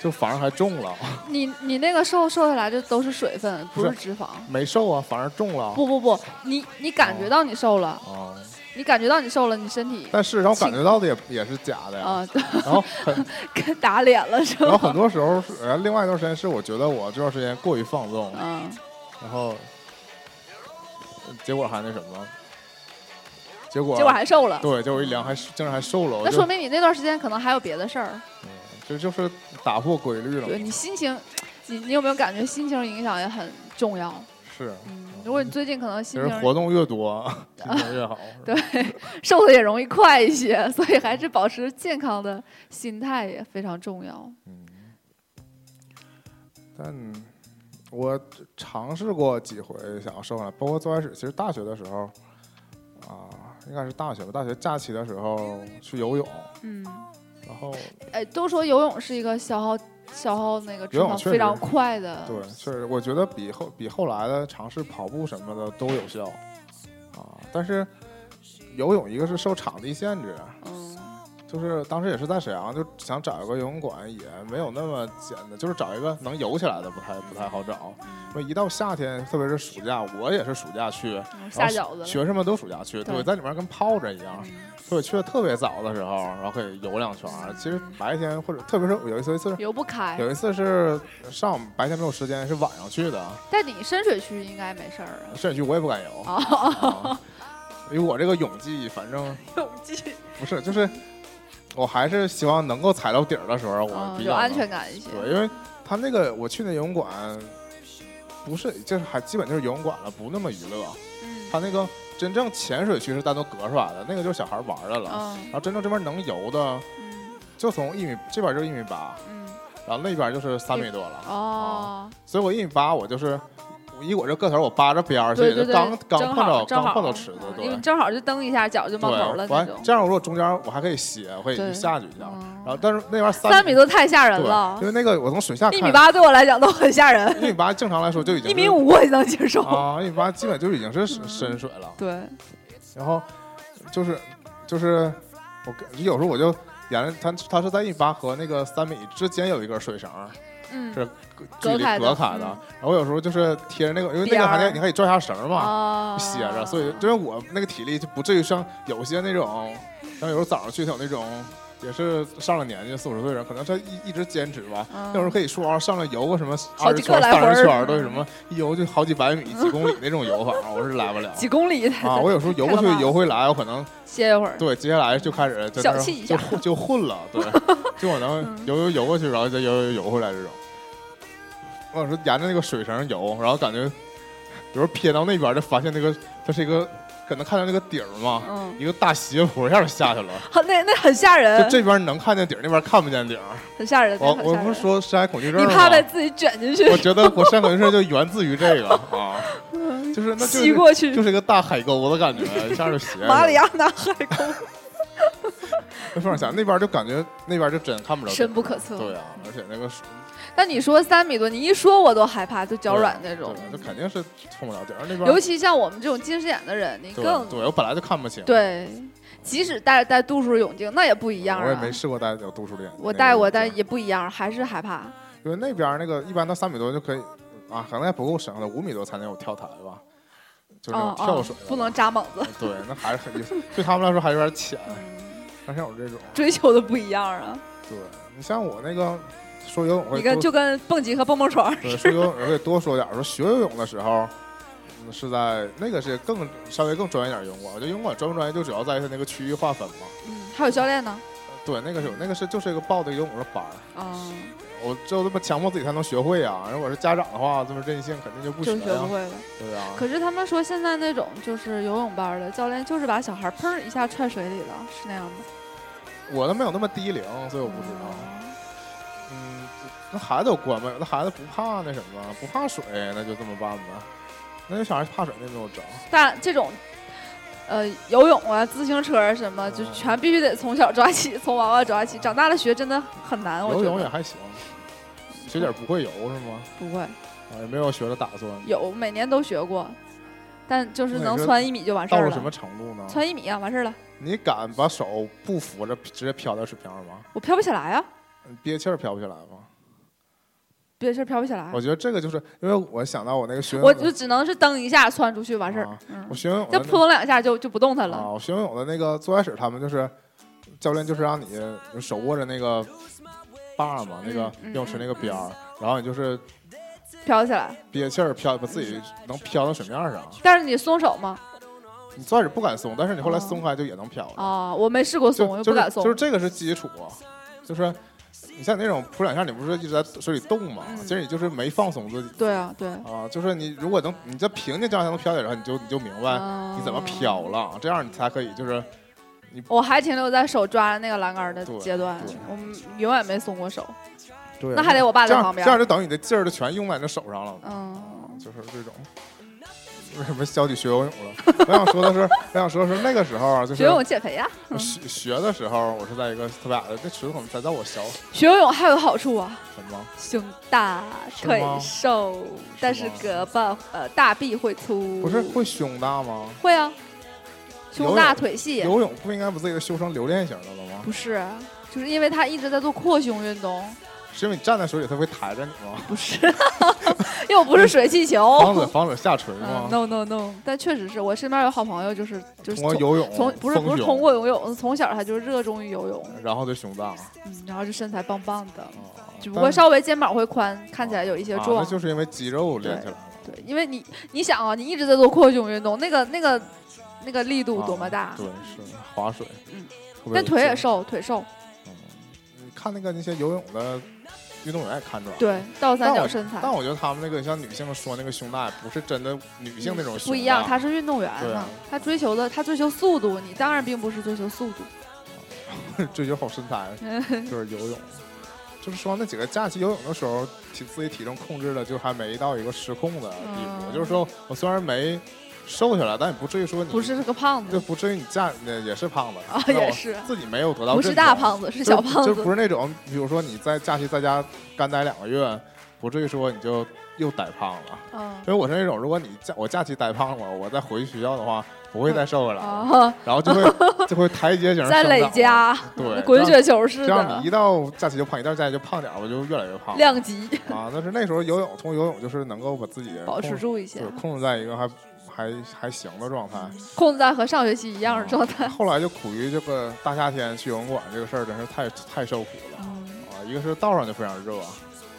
Speaker 3: 就反而还重
Speaker 2: [laughs]
Speaker 3: 了，
Speaker 2: 你你那个瘦瘦下来，这都是水分，不是
Speaker 3: 不
Speaker 2: 脂肪。
Speaker 3: 没瘦啊，反而重了。
Speaker 2: 不不不，你你感
Speaker 3: 哦
Speaker 2: 觉到你瘦了，
Speaker 3: 啊、
Speaker 2: 你感觉到你瘦了，你身体
Speaker 3: 但事实上我感觉到的也也是假的呀。
Speaker 2: 啊、 [laughs]
Speaker 3: 然后很
Speaker 2: 跟打脸了是
Speaker 3: 然后
Speaker 2: 吧？
Speaker 3: 很多时候是，然后另外一段时间是我觉得我这段时间过于放纵，
Speaker 2: 嗯，
Speaker 3: 然后呃结果还那什么，结果
Speaker 2: 结果还瘦了。
Speaker 3: 对，结果一量还竟然还瘦了，我
Speaker 2: 那
Speaker 3: 就
Speaker 2: 说明你那段时间可能还有别的事儿，
Speaker 3: 嗯这就是打破规律了
Speaker 2: 对
Speaker 3: 嘛，
Speaker 2: 你心情，你你有没有感觉心情影响也很重要？
Speaker 3: 是。
Speaker 2: 嗯，如果你最近可能
Speaker 3: 其
Speaker 2: 心
Speaker 3: 实
Speaker 2: 情
Speaker 3: 活动
Speaker 2: [laughs]
Speaker 3: 越多，心情越好。
Speaker 2: 对瘦的也容易快一些，所以还是保持健康的心态也非常重要。
Speaker 3: 嗯，但我尝试过几回想要瘦下来，包括最开始，其实大学的时候啊、应该是大学吧，大学假期的时候去游泳，
Speaker 2: 嗯，
Speaker 3: 然后
Speaker 2: 哎，都说游泳是一个消耗消耗那个脂
Speaker 3: 游泳
Speaker 2: 肪
Speaker 3: 确实
Speaker 2: 非常快的，
Speaker 3: 对，确实，我觉得比后比后来的尝试跑步什么的都有效啊。但是游泳一个是受场地限制，啊
Speaker 2: 嗯，
Speaker 3: 就是当时也是在沈阳，就想找一个游泳馆，也没有那么简单，就是找一个能游起来的不太不太好找。
Speaker 2: 嗯
Speaker 3: 因为一到夏天，特别是暑假，我也是暑假去，
Speaker 2: 嗯下饺子了。
Speaker 3: 学生们都暑假去，对，
Speaker 2: 对
Speaker 3: 在里面跟泡着一样。
Speaker 2: 嗯
Speaker 3: 所以去的特别早的时候，然后可以游两圈儿。其实白天或者特别是有一次有一次
Speaker 2: 游不开，
Speaker 3: 有一次是上午白天没有时间，是晚上去的。
Speaker 2: 但你深水区应该没事儿啊。
Speaker 3: 摄影区我也不敢游，啊因为我这个泳技，反正
Speaker 2: 哦 [laughs] 泳技，
Speaker 3: 不是，就是我还是希望能够踩到底儿的时候，我
Speaker 2: 嗯，
Speaker 3: 比
Speaker 2: 有
Speaker 3: 较
Speaker 2: 安全感一些。
Speaker 3: 对，因为他那个我去那游泳馆，不是就是还基本就是游泳馆了，不那么娱乐。
Speaker 2: 嗯
Speaker 3: 他那个真正潜水区是单独隔出来的，那个就是小孩玩儿的了。
Speaker 2: 嗯
Speaker 3: 然后真正这边能游的，
Speaker 2: 嗯
Speaker 3: 就从一米这边就是一米八，
Speaker 2: 嗯，
Speaker 3: 然后那边就是三米多了。
Speaker 2: 哦，
Speaker 3: 所以我一米八，我就是以我这个头儿，我扒着边儿，所
Speaker 2: 对
Speaker 3: 以
Speaker 2: 对
Speaker 3: 就
Speaker 2: 对，
Speaker 3: 刚刚
Speaker 2: 正
Speaker 3: 碰
Speaker 2: 好
Speaker 3: 到
Speaker 2: 正
Speaker 3: 刚
Speaker 2: 好
Speaker 3: 碰到池子，
Speaker 2: 嗯
Speaker 3: 对。
Speaker 2: 因为正好就蹬一下，脚就冒
Speaker 3: 对，啊
Speaker 2: 头了
Speaker 3: 完
Speaker 2: 那种。
Speaker 3: 这样如果中间我还可以歇，我也
Speaker 2: 对
Speaker 3: 下去一下。
Speaker 2: 嗯
Speaker 3: 然后，但是那边
Speaker 2: 三米
Speaker 3: 多
Speaker 2: 多太吓人
Speaker 3: 对
Speaker 2: 了
Speaker 3: 因，为那个我从水下看
Speaker 2: 一米，八对我来讲都很吓人，
Speaker 3: 一米八正常来说就已经
Speaker 2: 一米
Speaker 3: 是
Speaker 2: 五嗯我也能接受。
Speaker 3: 啊，一米八基本就已经是深深水了。
Speaker 2: 对，
Speaker 3: 然后就是就是我跟有时候我就沿着它它是在一米八和那个三米之间有一根水绳，
Speaker 2: 嗯
Speaker 3: 是距
Speaker 2: 隔
Speaker 3: 离
Speaker 2: 开的
Speaker 3: 隔开的。
Speaker 2: 嗯
Speaker 3: 然后我有时候就是贴着那个，因为那
Speaker 2: 边
Speaker 3: 个
Speaker 2: 儿
Speaker 3: 还得你还得拽下绳嘛。
Speaker 2: 啊，
Speaker 3: 歇着，所以因为我那个体力就不至于像有些那种，像有时候早上去有那种也是上了年纪四五十岁的人，可能他一一直坚持吧。
Speaker 2: 嗯
Speaker 3: 那时候可以说啊，上来游个什么
Speaker 2: 好
Speaker 3: 二
Speaker 2: 几
Speaker 3: 十
Speaker 2: 个
Speaker 3: 圈、
Speaker 2: 来回
Speaker 3: 三
Speaker 2: 儿嗯
Speaker 3: 十圈，对什么一游就好几百米、几公里那种游法，我是来不了。
Speaker 2: [laughs] 几公里
Speaker 3: 啊，我有时候游过去
Speaker 2: 太可怕了
Speaker 3: 游回来，我可能
Speaker 2: 歇一会儿。
Speaker 3: [laughs] 对接下来就开始在那
Speaker 2: 小
Speaker 3: 儿
Speaker 2: 憩一
Speaker 3: 就
Speaker 2: 下
Speaker 3: 混就混了，
Speaker 2: [laughs]
Speaker 3: 对，就可能
Speaker 2: 嗯
Speaker 3: 游游游过去，然后再游游游回来这种。我有时候沿着那个水绳游，然后感觉有时候撇到那边儿就发现那个它是一个，可能看到那个底儿嘛，
Speaker 2: 嗯，
Speaker 3: 一个大斜坡一下就下去了。
Speaker 2: 很那那很吓
Speaker 3: 就
Speaker 2: 人，
Speaker 3: 这边能看见顶儿，那边看不见顶儿。
Speaker 2: 很吓人。
Speaker 3: 我
Speaker 2: 呃那很
Speaker 3: 我
Speaker 2: 吓
Speaker 3: 不
Speaker 2: 人
Speaker 3: 是说深海恐惧症
Speaker 2: 你
Speaker 3: 吗？
Speaker 2: 怕被自己卷进去
Speaker 3: 我觉得我深海恐惧症就源自于这个
Speaker 2: [laughs]
Speaker 3: 啊，就是那就
Speaker 2: 吸
Speaker 3: 是
Speaker 2: 过去
Speaker 3: 就，是一个大海沟的感觉，一下就斜。
Speaker 2: 马里亚纳海沟，
Speaker 3: 没法想，那边就感觉那边就真看不着，
Speaker 2: 深不可测。
Speaker 3: 对啊，而且那个水
Speaker 2: 那你说三米多，你一说我都害怕，就脚软那种。
Speaker 3: 对就肯定是冲不了底儿。那边
Speaker 2: 尤其像我们这种近视眼的人，你
Speaker 3: 对
Speaker 2: 更
Speaker 3: 对，我本来就看不清，
Speaker 2: 对，即使戴戴度数泳镜，那也不一样啊。
Speaker 3: 我也没试过戴有度数的眼镜。
Speaker 2: 我戴过，
Speaker 3: 那个
Speaker 2: 但
Speaker 3: 眼镜
Speaker 2: 也不一样，还是害怕。
Speaker 3: 因为那边那个一般到三米多就可以啊，可能还不够深了，五米多才能有跳台吧，就是那
Speaker 2: 哦
Speaker 3: 种跳
Speaker 2: 哦
Speaker 3: 水的，呃
Speaker 2: 不能扎猛子，
Speaker 3: [laughs]
Speaker 2: 嗯
Speaker 3: 对，那还是很对他们来说还有点浅，但像我这种，
Speaker 2: 追求的不一样啊。
Speaker 3: 对你像我那个说游泳会
Speaker 2: 你跟
Speaker 3: 多
Speaker 2: 就跟蹦极和蹦蹦床
Speaker 3: 对，说游泳可以多说点儿。说学游泳的时候，嗯是在那个是更稍微更专业点儿游泳馆。我觉得游泳馆专不专业，就主要在于它那个区域划分嘛。
Speaker 2: 嗯还有教练呢。
Speaker 3: 对，那个是有那个是就是一个报的游泳的班儿，
Speaker 2: 啊，
Speaker 3: 我只有这么强迫自己才能学会啊。如果是家长的话，这么任性肯定就不学
Speaker 2: 就学不
Speaker 3: 呀，
Speaker 2: 会了。
Speaker 3: 对啊。
Speaker 2: 可是他们说现在那种就是游泳班儿的教练，就是把小孩砰儿一下踹水里了，是那样吗？
Speaker 3: 我都没有那么低龄，所以我不知道。嗯，那孩子有关吗？那孩子不怕那什么，不怕水，那就这么办吧。那有小孩怕水，那没有招。
Speaker 2: 但这种，呃，游泳啊、自行车啊什么，就
Speaker 3: 嗯
Speaker 2: 全必须得从小抓起， [laughs] 从娃娃抓起。长大了学真的很难，我
Speaker 3: 游
Speaker 2: 觉
Speaker 3: 泳也
Speaker 2: 得
Speaker 3: 还行，学点不会游是吗？
Speaker 2: 不会
Speaker 3: 啊，也没有学的打算。
Speaker 2: 有每年都学过，但就是
Speaker 3: 那
Speaker 2: 能
Speaker 3: 你说
Speaker 2: 窜一米就完事
Speaker 3: 到
Speaker 2: 儿
Speaker 3: 了什么
Speaker 2: 了。
Speaker 3: 程度呢？
Speaker 2: 窜一米啊，完事儿了，
Speaker 3: 你敢把手不扶着直接飘在水平上吗？
Speaker 2: 我飘不起来啊，
Speaker 3: 你憋气儿飘不起来吗？
Speaker 2: 别事儿飘不起来
Speaker 3: 我，觉得这个就是因为我想到我那个学
Speaker 2: 我就只能是蹬一下窜出去完事儿
Speaker 3: 啊，
Speaker 2: 嗯
Speaker 3: 我，学游泳
Speaker 2: 就
Speaker 3: 的
Speaker 2: 扑通两下就就不动弹
Speaker 3: 那
Speaker 2: 了。
Speaker 3: 啊，我学游泳的那个坐开始他们就是教练就是让你手握着那个把儿嘛，那个
Speaker 2: 嗯
Speaker 3: 游泳池那个边儿，然后你就是
Speaker 2: 飘起来，
Speaker 3: 憋气儿飘，把自己能飘到水面上。
Speaker 2: 但是你松手吗？
Speaker 3: 你最开始不敢松，但是你后来
Speaker 2: 哦
Speaker 3: 松开就也能飘了。
Speaker 2: 啊，我没试过松，我又
Speaker 3: 就就
Speaker 2: 不
Speaker 3: 是
Speaker 2: 敢松
Speaker 3: 就是。这个是基础，就是你像你那种扑两下，你不是一直在水里动吗？
Speaker 2: 嗯
Speaker 3: 其实你就是没放松自己
Speaker 2: 对啊，对。
Speaker 3: 啊，就是你如果能你在平静状态能飘起来，你就你就明
Speaker 2: 啊
Speaker 3: 白你怎么飘
Speaker 2: 嗯
Speaker 3: 了，这样你才可以就是
Speaker 2: 我还停留在手抓着那个栏杆儿的
Speaker 3: 对
Speaker 2: 阶段
Speaker 3: 对，
Speaker 2: 我们永远没松过手。
Speaker 3: 对
Speaker 2: 那还得我爸
Speaker 3: 这
Speaker 2: 在
Speaker 3: 样
Speaker 2: 旁边
Speaker 3: 这样就等于你的劲儿就全用在你的手上了，
Speaker 2: 嗯，
Speaker 3: 就是这种。为什么消极学游泳了？ [laughs] 我想说的是，我想说的是那个时候啊就是
Speaker 2: 学游泳减肥呀、
Speaker 3: 我学学的时候，我是在一个特别矮的，那池子可能才在我小
Speaker 2: 学游泳还有个好处啊，
Speaker 3: 什么？
Speaker 2: 胸大腿瘦，但是胳膊呃大臂会粗。
Speaker 3: 不是会胸大吗？
Speaker 2: 会啊，胸大
Speaker 3: 游泳
Speaker 2: 腿细
Speaker 3: 游泳不应该把自己的修成榴莲型的了吗？
Speaker 2: 不是，就是因为他一直在做扩胸运动，
Speaker 3: 是因为你站在水里，它会抬着你吗？
Speaker 2: 不是， [laughs] 又不是水气
Speaker 3: 防止
Speaker 2: 球。
Speaker 3: 防止下垂
Speaker 2: 嗯
Speaker 3: 吗？
Speaker 2: no no no，但确实是我身边有好朋友，就是就是
Speaker 3: 通过游泳，
Speaker 2: 从不是不
Speaker 3: 丰
Speaker 2: 是
Speaker 3: 胸
Speaker 2: 通，过游泳，从小他就热衷于游泳，
Speaker 3: 然后就胸大。
Speaker 2: 嗯，然后就身材棒棒的，
Speaker 3: 啊
Speaker 2: 只不过稍微肩膀会宽，看起来有一些
Speaker 3: 但
Speaker 2: 壮。
Speaker 3: 啊那就是因为肌肉练起来了。
Speaker 2: 对，因为你你想啊，你一直在做扩胸运动，那个那个那个力度
Speaker 3: 啊
Speaker 2: 多么大，
Speaker 3: 对，是划水。
Speaker 2: 嗯
Speaker 3: 特别有劲，
Speaker 2: 但腿也瘦，腿瘦，
Speaker 3: 嗯。你看那个那些游泳的运动员也看出来。。
Speaker 2: 对，倒三
Speaker 3: 但
Speaker 2: 角
Speaker 3: 我
Speaker 2: 身材
Speaker 3: 但我觉得他们那个像女性说那个胸大，不是真的女性那种胸大。
Speaker 2: 嗯不一样，他是运动员
Speaker 3: 对
Speaker 2: 嘛
Speaker 3: 啊，
Speaker 2: 他追求的他追求速度，你当然并不是追求速度， [laughs]
Speaker 3: [laughs] 追求好身材，就是游泳。就是说那几个假期游泳的时候，体自己体重控制的就还没到一个失控的地步。
Speaker 2: 嗯
Speaker 3: 就是说我虽然没瘦下来，但也不至于说你
Speaker 2: 不是个胖
Speaker 3: 就
Speaker 2: 子
Speaker 3: 不至于你假那也是胖子
Speaker 2: 啊，
Speaker 3: 但我
Speaker 2: 也是，
Speaker 3: 自己没有得到
Speaker 2: 不是
Speaker 3: 认
Speaker 2: 大
Speaker 3: 可
Speaker 2: 胖子，是
Speaker 3: 就
Speaker 2: 小胖
Speaker 3: 就不
Speaker 2: 子，
Speaker 3: 是那种比如说你在假期在家干待两个月，不至于说你就又呆胖了。
Speaker 2: 嗯
Speaker 3: 因为我是那种，如果你假我假期呆胖了，我再回去学校的话，不会再瘦下来了，
Speaker 2: 啊，
Speaker 3: 然后就会就会
Speaker 2: [laughs]
Speaker 3: 台阶型
Speaker 2: 嗯在
Speaker 3: 生
Speaker 2: 累
Speaker 3: 长
Speaker 2: 加，
Speaker 3: 对，
Speaker 2: 滚
Speaker 3: 这
Speaker 2: 雪
Speaker 3: 样
Speaker 2: 球似
Speaker 3: 这样
Speaker 2: 的
Speaker 3: 你一，到假期就胖，一到假期就胖点儿，我就越来越胖。
Speaker 2: 量级
Speaker 3: 啊，但是那时候游泳，从游泳就是能够把自己
Speaker 2: 保持
Speaker 3: 控，
Speaker 2: 住一些
Speaker 3: 对，，控制在一个还还还行的状态。啊
Speaker 2: 控制在和上学期一
Speaker 3: 嗯
Speaker 2: 样的状态。
Speaker 3: 后来就苦于这个大夏天去游泳馆这个事儿，真是太太受苦了
Speaker 2: 嗯，
Speaker 3: 啊！一个是道上就非常热，啊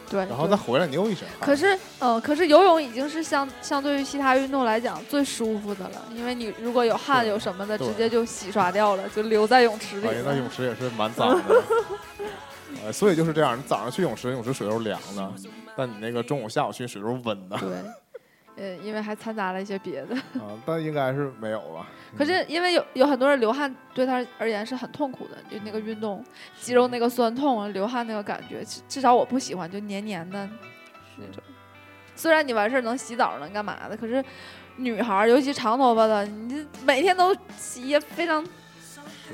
Speaker 2: 对，
Speaker 3: 然后
Speaker 2: 对
Speaker 3: 再回来你又一身汗。
Speaker 2: 可是，呃，可是游泳已经是相相对于其他运动来讲最舒服的了，因为你如果有汗
Speaker 3: 对
Speaker 2: 有什么的，
Speaker 3: 对
Speaker 2: 直接就洗刷掉了，就留在泳池里
Speaker 3: 哎呀，那
Speaker 2: 了。
Speaker 3: 泳池也是蛮脏
Speaker 2: [laughs]
Speaker 3: 的。呃，所以就是这样，你早上去泳池，泳池水都是凉的，但你那个中午、下午去水都是
Speaker 2: [laughs]
Speaker 3: 温的啊、 [laughs]
Speaker 2: 对，呃，因为还掺杂了一些别的。
Speaker 3: 但应该是没有吧？
Speaker 2: 可是因为有有很多人流汗，对他而言是很痛苦的，就那个运动，肌肉那个酸痛啊，流汗那个感觉，至至少我不喜欢，就黏黏的那种。虽然你完事儿能洗澡能干嘛的，可是女孩儿，尤其长头发的，你这每天都洗也非常
Speaker 3: 是，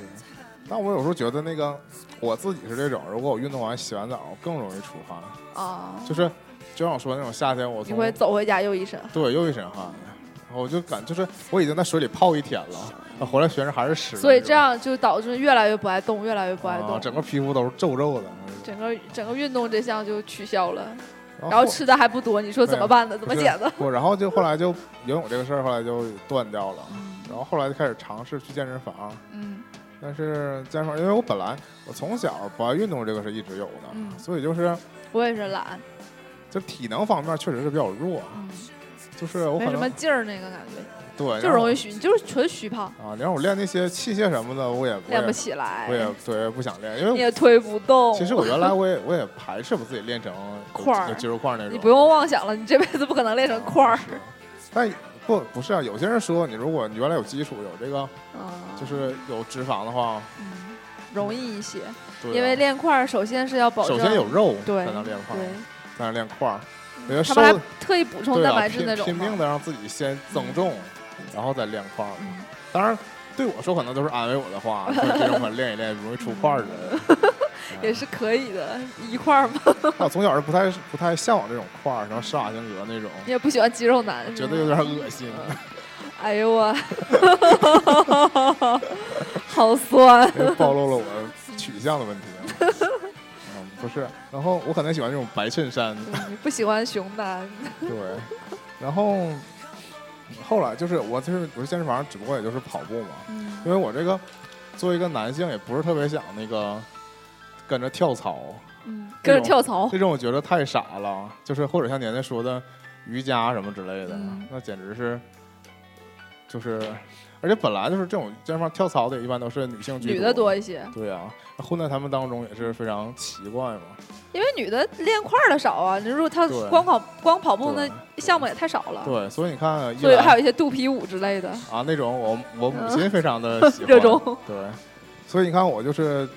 Speaker 3: 但我有时候觉得那个我自己是这种，如果我运动完洗完澡，我更容易出汗，
Speaker 2: 啊。
Speaker 3: 就是就像我说那种夏天，我
Speaker 2: 你
Speaker 3: 从
Speaker 2: 会走回家又一身汗。
Speaker 3: 对又一身汗，然后我就感就是我已经在水里泡一天了，回来全身还是湿的那种，
Speaker 2: 所以这样就导致越来越不爱动，越来越不爱动，
Speaker 3: 啊，整个皮肤都是皱皱的。
Speaker 2: 整个整个运动这项就取消了，
Speaker 3: 然
Speaker 2: 然后吃的还不多，你说怎么办呢？怎
Speaker 3: 怎
Speaker 2: 么解
Speaker 3: [laughs]
Speaker 2: 的？
Speaker 3: 啊不，然后就后来就游泳这个事儿，后来就断掉了。
Speaker 2: 嗯
Speaker 3: 然后后来就开始尝试去健身房，
Speaker 2: 嗯
Speaker 3: 但是健身房，因为我本来我从小不爱运动，这个是一直有的，
Speaker 2: 嗯
Speaker 3: 所以就是
Speaker 2: 我也是懒，
Speaker 3: 就体能方面确实是比较弱，
Speaker 2: 嗯，
Speaker 3: 就是我
Speaker 2: 没
Speaker 3: 可
Speaker 2: 什么
Speaker 3: 能
Speaker 2: 劲儿那个感觉。
Speaker 3: 对，
Speaker 2: 就容易虚，你就是纯虚胖，
Speaker 3: 然后啊。你让我练那些器械什么的，我也我
Speaker 2: [laughs] 练不
Speaker 3: 也
Speaker 2: 起来 [laughs]
Speaker 3: 我，也对不想练，因
Speaker 2: 你
Speaker 3: 为
Speaker 2: 也推不动。
Speaker 3: 其实我原来我也我也排斥把自己练成有
Speaker 2: 块儿
Speaker 3: 有肌肉块儿那种。啊
Speaker 2: 你不用妄想了，你这辈子不可能练成块儿。
Speaker 3: 是但不不是啊，有些人说你如果你原来有基础，有这个
Speaker 2: 嗯，
Speaker 3: 就是有脂肪的话，
Speaker 2: 嗯容易一些，
Speaker 3: 对啊、
Speaker 2: 因为练块儿首先是要保证
Speaker 3: 首先有肉
Speaker 2: 对
Speaker 3: 才能练块儿，
Speaker 2: 对，嗯
Speaker 3: 才能练块儿。有
Speaker 2: 他
Speaker 3: 些瘦
Speaker 2: 把
Speaker 3: 的
Speaker 2: 它特意补充
Speaker 3: 对
Speaker 2: 蛋
Speaker 3: 啊，
Speaker 2: 白质那
Speaker 3: 拼
Speaker 2: 种
Speaker 3: 拼
Speaker 2: 嘛
Speaker 3: 命的让自己先增重，然后再练块儿。
Speaker 2: 嗯
Speaker 3: 当然，对我说可能都是安慰我的话，
Speaker 2: [laughs]
Speaker 3: 说这种块练一练容易出块儿之类的。
Speaker 2: 也是可以的，一块儿嘛， [laughs]
Speaker 3: 我从小是不太不太向往这种块儿，然后施瓦辛格那种，
Speaker 2: 你也不喜欢肌肉男，
Speaker 3: 觉得有点恶心。
Speaker 2: 哎呦我， [laughs] 好酸。 [laughs]
Speaker 3: 因为暴露了我取向的问题。啊嗯，不是。然后我可能喜欢这种白衬衫，
Speaker 2: 嗯你不喜欢熊男，
Speaker 3: 对。然后后来就是我就是我去健身房，只不过也就是跑步嘛，因为我这个作为一个男性，也不是特别想那个跟着跳槽，
Speaker 2: 嗯，跟着
Speaker 3: 那种
Speaker 2: 跳槽，
Speaker 3: 这种我觉得太傻了。就是或者像年年说的瑜伽什么之类的，
Speaker 2: 嗯
Speaker 3: 那简直是就是，而且本来就是这种健身房跳槽的，一般都是女性居
Speaker 2: 女的多一些，
Speaker 3: 对啊，混在他们当中也是非常奇怪嘛。
Speaker 2: 因为女的练块儿的少啊。你如果她
Speaker 3: 对
Speaker 2: 光跑光跑步那
Speaker 3: 对
Speaker 2: 项目也太少了，
Speaker 3: 对，所以你看，一
Speaker 2: 啊所以还
Speaker 3: 来
Speaker 2: 有一些肚皮舞之类的。
Speaker 3: 啊那种我我母亲非
Speaker 2: [laughs]
Speaker 3: 常的喜欢
Speaker 2: 热衷
Speaker 3: 对，所以你看我就是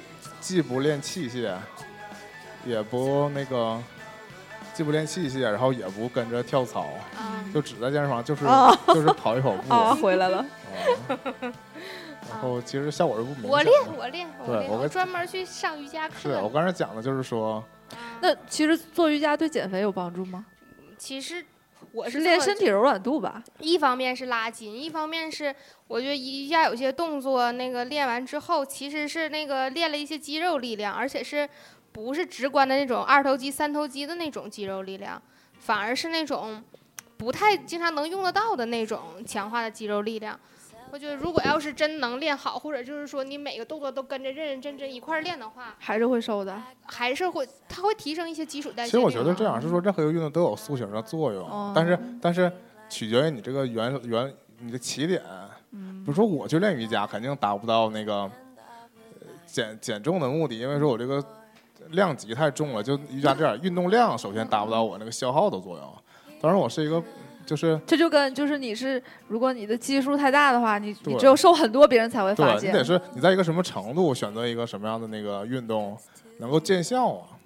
Speaker 3: 既不练器械，也不那个，既不练器械，然后也不跟着跳槽，
Speaker 2: 嗯
Speaker 4: 啊，
Speaker 3: 就只在健身房就是、
Speaker 4: 哦
Speaker 2: 啊
Speaker 3: [laughs] 就是跑一跑步。
Speaker 2: 啊，回来了，
Speaker 3: 啊然后其实效果是不明显的。
Speaker 4: 我练，我练，
Speaker 3: 对
Speaker 4: 我练，
Speaker 3: 我
Speaker 4: 我
Speaker 3: 跟
Speaker 4: 专门去上瑜伽
Speaker 3: 是哦我
Speaker 4: 课。
Speaker 3: 刚才讲的就是说，
Speaker 2: 那其实做瑜伽对减肥有帮助吗？
Speaker 4: 其实我
Speaker 2: 是
Speaker 4: 这
Speaker 2: 练
Speaker 4: 么
Speaker 2: 身体柔软度吧？
Speaker 4: 一方面是拉筋，一方面是我觉得瑜伽有些动作，那个练完之后其实是那个练了一些肌肉力量，而且是不是直观的那种二头肌、三头肌的那种肌肉力量，反而是那种不太经常能用得到的那种强化的肌肉力量。我觉得如果要是真能练好，或者就是说你每个动作都跟着认认真真一块儿练的话，
Speaker 2: 还是会瘦的。
Speaker 4: 还是会它会提升一些基础代
Speaker 3: 其实
Speaker 4: 谢。
Speaker 3: 我觉得这样是说，任何一个运动都有塑形的作用，
Speaker 2: 哦
Speaker 3: 但是但是取决于你这个原原你的起点。
Speaker 2: 嗯
Speaker 3: 比如说我去练瑜伽，肯定达不到那个呃减减重的目的，因为说我这个量级太重了，就瑜伽这点运动量首先达不到我那个消耗的作用。当然，我是一个就是
Speaker 2: 这就跟就是你是，如果你的基数太大的话，你你
Speaker 3: 对
Speaker 2: 只有瘦很多，别人才会
Speaker 3: 对
Speaker 2: 发
Speaker 3: 你
Speaker 2: 现
Speaker 3: 得。是你在一个什么程度选择一个什么样的那个运动能够见效啊。
Speaker 4: 嗯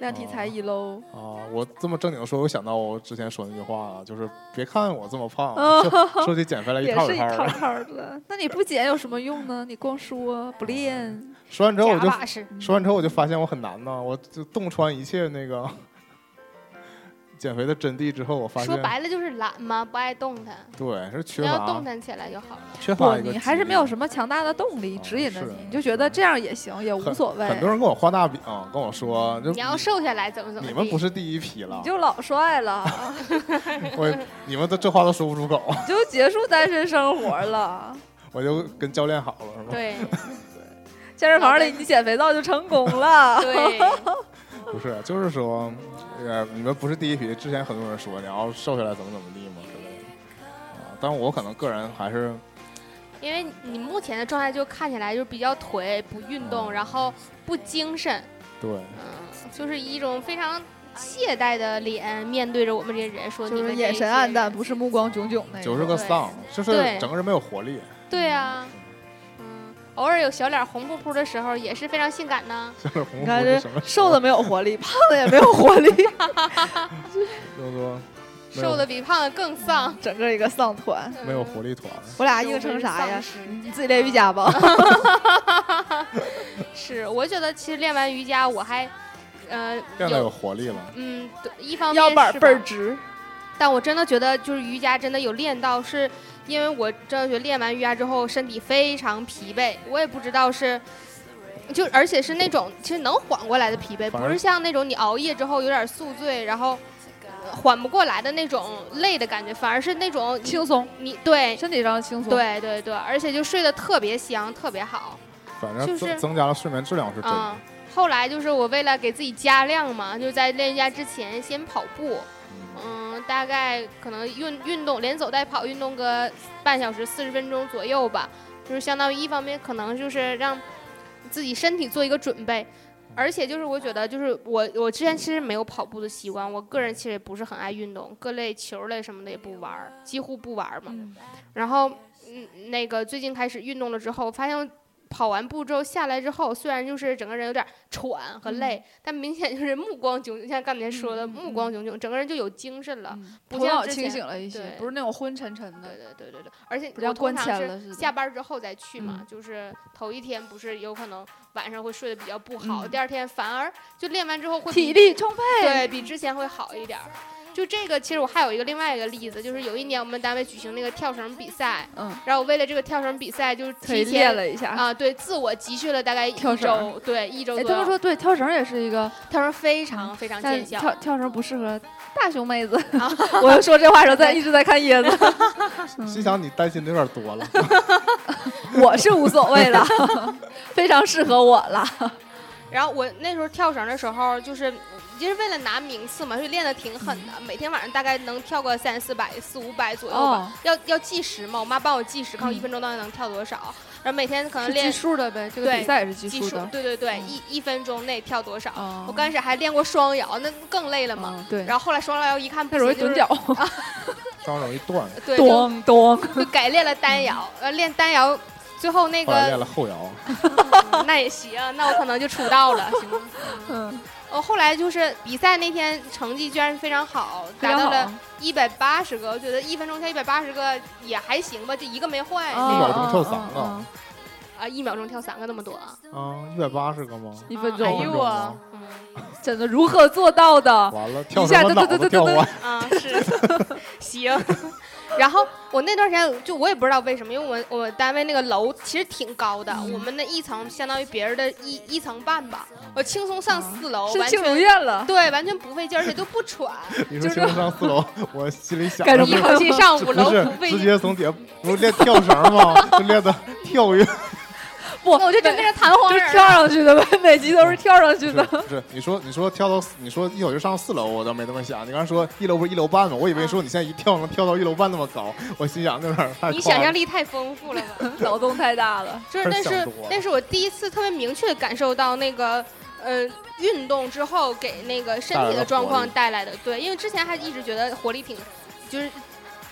Speaker 2: 量体裁衣喽，
Speaker 3: 啊，我这么正经地说，我想到我之前说那句话了，就是别看我这
Speaker 2: [laughs]
Speaker 3: 么胖，
Speaker 2: 哦
Speaker 3: 说说起减肥来一
Speaker 2: 也
Speaker 3: 套
Speaker 2: 是一
Speaker 3: 套
Speaker 2: 套
Speaker 3: 的。
Speaker 2: 套的。那你不减有什么用呢？你光说不练，嗯
Speaker 3: 说完之后我
Speaker 4: 假
Speaker 3: 就
Speaker 4: 把式。
Speaker 3: 说完之后我就发现我很难呢，我就洞穿一切那个 [laughs] 减肥的真谛之后，我发
Speaker 4: 说
Speaker 3: 现
Speaker 4: 白了就是懒嘛，不爱动弹。
Speaker 3: 对是缺
Speaker 4: 你要动
Speaker 3: 乏
Speaker 4: 弹起来就好了。
Speaker 3: 缺
Speaker 2: 不，
Speaker 3: 乏一个
Speaker 2: 你还是没有
Speaker 3: 么。
Speaker 2: 什么强大的动力
Speaker 3: 啊
Speaker 2: 指引着
Speaker 3: 是
Speaker 2: 你，你就觉得这样也行，也无所谓。
Speaker 3: 很多人跟我画大饼，跟我说，
Speaker 2: 嗯
Speaker 3: 就
Speaker 4: 你要瘦下来怎么怎么
Speaker 3: 你
Speaker 4: 地？
Speaker 3: 们不是第一批了
Speaker 2: 你，就老帅
Speaker 3: [laughs]
Speaker 2: 了，
Speaker 3: 我你们都这话都说不出口，
Speaker 2: 你就结束单身生活了。
Speaker 3: 我就跟教练好了，是吗？
Speaker 2: [laughs]
Speaker 4: 对
Speaker 2: 健身房里你减肥皂就成功了。
Speaker 4: 对，
Speaker 3: [laughs] 不是，就是说，呃，你们不是第一批，之前很多人说你要瘦下来怎么怎么地嘛之类的，啊，但我可能个人还是
Speaker 4: 因为你目前的状态就看起来就比较颓，不运
Speaker 2: 嗯
Speaker 4: 动，然后不精神，
Speaker 3: 对，
Speaker 4: 嗯，就是一种非常懈怠的脸面对着我们这些人，说
Speaker 2: [laughs] 就
Speaker 4: 你们
Speaker 2: 是
Speaker 4: 这
Speaker 2: 眼
Speaker 4: 些
Speaker 2: 神暗淡，
Speaker 4: 人
Speaker 2: 不是目光炯炯那种。
Speaker 3: 就是个
Speaker 4: 对
Speaker 3: 丧，就是
Speaker 4: 对
Speaker 3: 整个人没有活力，
Speaker 4: 对啊，嗯，偶尔有小脸红扑扑的时候，也是非常性
Speaker 2: [laughs]
Speaker 4: 感呢。
Speaker 3: 就是红
Speaker 2: 你
Speaker 3: 红
Speaker 2: 看
Speaker 3: 是
Speaker 2: 这
Speaker 3: 什么时候
Speaker 2: 瘦的，没有活力，胖的也没有活力， [laughs]
Speaker 3: 就是说没有
Speaker 4: 瘦的比胖的更丧，嗯
Speaker 2: 整个一个丧团。
Speaker 3: 没有活力团，
Speaker 2: 我俩硬成啥呀
Speaker 4: 丧？尸
Speaker 2: 你自己练瑜伽吧。
Speaker 4: 是，我觉得其实练完瑜伽，我还，呃，
Speaker 3: 变得有活力了，
Speaker 4: 嗯，对一方面
Speaker 2: 腰板
Speaker 4: 是
Speaker 2: 倍儿
Speaker 4: 吧
Speaker 2: 直，
Speaker 4: 但我真的觉得，就是瑜伽真的有练到，是因为我真的觉得练完瑜伽之后身体非常疲惫，我也不知道是，就而且是那种其实能缓过来的疲惫，
Speaker 3: 反
Speaker 4: 不
Speaker 3: 而
Speaker 4: 是像那种你熬夜之后有点宿醉，然后呃缓不过来的那种累的感觉，反而是那种你
Speaker 2: 轻松，
Speaker 4: 你对
Speaker 2: 身体上轻松。，
Speaker 4: 对对对，而且就睡得特别香，特别好，
Speaker 3: 反正
Speaker 4: 就
Speaker 3: 增
Speaker 4: 是
Speaker 3: 增加了睡眠质量是真的
Speaker 4: 嗯。。后来就是我为了给自己加量嘛，就在练瑜伽之前先跑步，
Speaker 3: 嗯
Speaker 4: 嗯，大概可能运运动连走带跑运动个半小时四十分钟左右吧，就是相当于一方面可能就是让自己身体做一个准备，而且就是我觉得就是我我之前其实没有跑步的习惯，我个人其实也不是很爱运动，各类球类什么的也不玩儿，几乎不玩儿嘛。
Speaker 2: 嗯
Speaker 4: 然后嗯，那个最近开始运动了之后，发现我跑完步之后下来之后，虽然就是整个人有点喘和累，但明显就是目光炯炯，像刚才说的、
Speaker 2: 嗯嗯嗯
Speaker 4: 目光炯炯，整个人就有精神了。
Speaker 2: 嗯
Speaker 4: 不
Speaker 2: 头
Speaker 4: 像
Speaker 2: 脑
Speaker 4: 之
Speaker 2: 清
Speaker 4: 前
Speaker 2: 醒了一些
Speaker 4: 对，
Speaker 2: 不是那种昏沉沉
Speaker 4: 对
Speaker 2: 的。
Speaker 4: 对对对对，而且
Speaker 2: 不像
Speaker 4: 我通
Speaker 2: 关
Speaker 4: 常
Speaker 2: 前了似
Speaker 4: 是
Speaker 2: 的
Speaker 4: 下班之后再去嘛，
Speaker 2: 嗯
Speaker 4: 就是头一天不是有可能晚上会睡得比较不好，
Speaker 2: 嗯
Speaker 4: 第二天反而就练完之后会
Speaker 2: 体
Speaker 4: 比
Speaker 2: 力充沛，
Speaker 4: 对比之前会好一点儿。就这个，其实我还有一个另外一个例子，就是有一年我们单位举行那个跳绳比赛，
Speaker 2: 嗯，
Speaker 4: 然后我为了这个跳绳比赛，就是
Speaker 2: 腿
Speaker 4: 提
Speaker 2: 练
Speaker 4: 前
Speaker 2: 了一下。
Speaker 4: 啊、对，自我集训了大概一
Speaker 2: 跳绳
Speaker 4: 周，对，一周
Speaker 2: 哎，
Speaker 4: 左右。
Speaker 2: 他们说对跳绳也是一个，
Speaker 4: 跳绳非常非常
Speaker 2: 但
Speaker 4: 见效，
Speaker 2: 跳跳绳不适合大胸妹子。
Speaker 4: 啊
Speaker 2: [laughs] 我就说这话的时候
Speaker 4: [laughs]
Speaker 2: 在一直在看椰子，
Speaker 3: 心想你担心的有点多
Speaker 4: [laughs]
Speaker 3: 了。
Speaker 2: 我是无所谓了， [laughs] 非常适合我了。
Speaker 4: 然后我那时候跳绳的时候，就是就是为了拿名次嘛，所以练的挺狠的。每天晚上大概能跳个三四百、四五百左右吧。
Speaker 2: 嗯哦
Speaker 4: 要要计时嘛，我妈帮我计时，看我
Speaker 2: 嗯
Speaker 4: 一分钟到底能跳多少。然后每天可能
Speaker 2: 是计
Speaker 4: 练
Speaker 2: 数的呗，这个
Speaker 4: 对
Speaker 2: 比赛也是计
Speaker 4: 计
Speaker 2: 数的。
Speaker 4: 对对对，
Speaker 2: 嗯
Speaker 4: 一一分钟内跳多少。
Speaker 2: 哦
Speaker 4: 我刚开始还练过双摇，那更累了嘛。
Speaker 2: 嗯对，
Speaker 4: 然后后来双摇一看不
Speaker 2: 那容易
Speaker 4: 行，
Speaker 2: 蹲
Speaker 4: 就是
Speaker 2: 脚，
Speaker 3: 张容易断，
Speaker 4: 对，就
Speaker 2: 咚咚。
Speaker 4: 就改练了单摇，
Speaker 2: 嗯
Speaker 4: 呃，练单摇。最后那
Speaker 3: 后来练
Speaker 4: 个嗯
Speaker 3: 了后摇，
Speaker 4: 那也行，那我可能就出道了，行吗？ [laughs]
Speaker 2: 嗯，
Speaker 4: 呃，后来就是比赛那天成绩居然非常好，达到了嗯一百八十个，我觉得一分钟跳一百八十个也还行吧，就一个没坏
Speaker 2: 非常
Speaker 4: 那
Speaker 2: 好，
Speaker 4: 种
Speaker 3: 秒钟跳
Speaker 2: 嗯
Speaker 3: 三个
Speaker 2: 嗯嗯
Speaker 4: 啊，一秒钟跳三个那么多啊，
Speaker 3: 啊，一百八十个吗？
Speaker 2: 一分
Speaker 4: 哎
Speaker 2: 钟啊
Speaker 4: 呦
Speaker 3: 我
Speaker 4: 我，嗯
Speaker 2: 真的如何做到的？
Speaker 3: 完了，跳
Speaker 2: 一
Speaker 3: 什
Speaker 2: 下
Speaker 3: 么
Speaker 2: 噔
Speaker 3: 脑
Speaker 2: 噔
Speaker 3: 子
Speaker 2: 噔
Speaker 3: 跳
Speaker 2: 噔噔
Speaker 3: 歪？
Speaker 4: 啊是，行。然后我那段时间就我也不知道为什么，因为我们我们单位那个楼其实挺高的，
Speaker 3: 嗯
Speaker 4: 我们那一层相当于别人的一一层半吧，我轻松上四
Speaker 3: 啊
Speaker 4: 楼，
Speaker 2: 是
Speaker 4: 完
Speaker 2: 庆如
Speaker 4: 全
Speaker 2: 愿了，
Speaker 4: 对，完全不费劲儿，而且都不
Speaker 3: [laughs]
Speaker 4: 喘，
Speaker 3: 你
Speaker 2: 就
Speaker 3: 说
Speaker 2: 是
Speaker 3: 轻松上四楼，我心里想
Speaker 2: 干
Speaker 3: 的
Speaker 2: 什
Speaker 4: 一
Speaker 3: 是
Speaker 2: 么
Speaker 4: 口气上五楼
Speaker 3: 不是
Speaker 4: 不费
Speaker 3: 直
Speaker 4: 劲。
Speaker 3: 接从底下不是练跳绳吗？ [laughs] 就练的跳跃。
Speaker 2: 不，
Speaker 4: 我就真变成弹簧
Speaker 2: 就
Speaker 4: 人
Speaker 2: 跳
Speaker 4: 了，
Speaker 2: 上去的呗， [laughs] 每集都是跳上去
Speaker 3: 不
Speaker 2: 的
Speaker 3: 是。不是，你说你说跳到四你说一口就上四楼，我倒没那么想。你刚才说一楼不是一楼半吗？我以为说你现在一跳能跳到一楼半那么高，我心想那有点太
Speaker 4: 你
Speaker 3: 夸张
Speaker 4: 想象
Speaker 3: 了。
Speaker 4: 力太丰富了吧？
Speaker 2: [laughs] 脑洞太大了，
Speaker 4: 就是那
Speaker 3: 想
Speaker 4: 是
Speaker 3: 多了
Speaker 4: 那是我第一次特别明确地感受到那个呃运动之后给那个身体的状况带来的对，因为之前还一直觉得活力挺就是。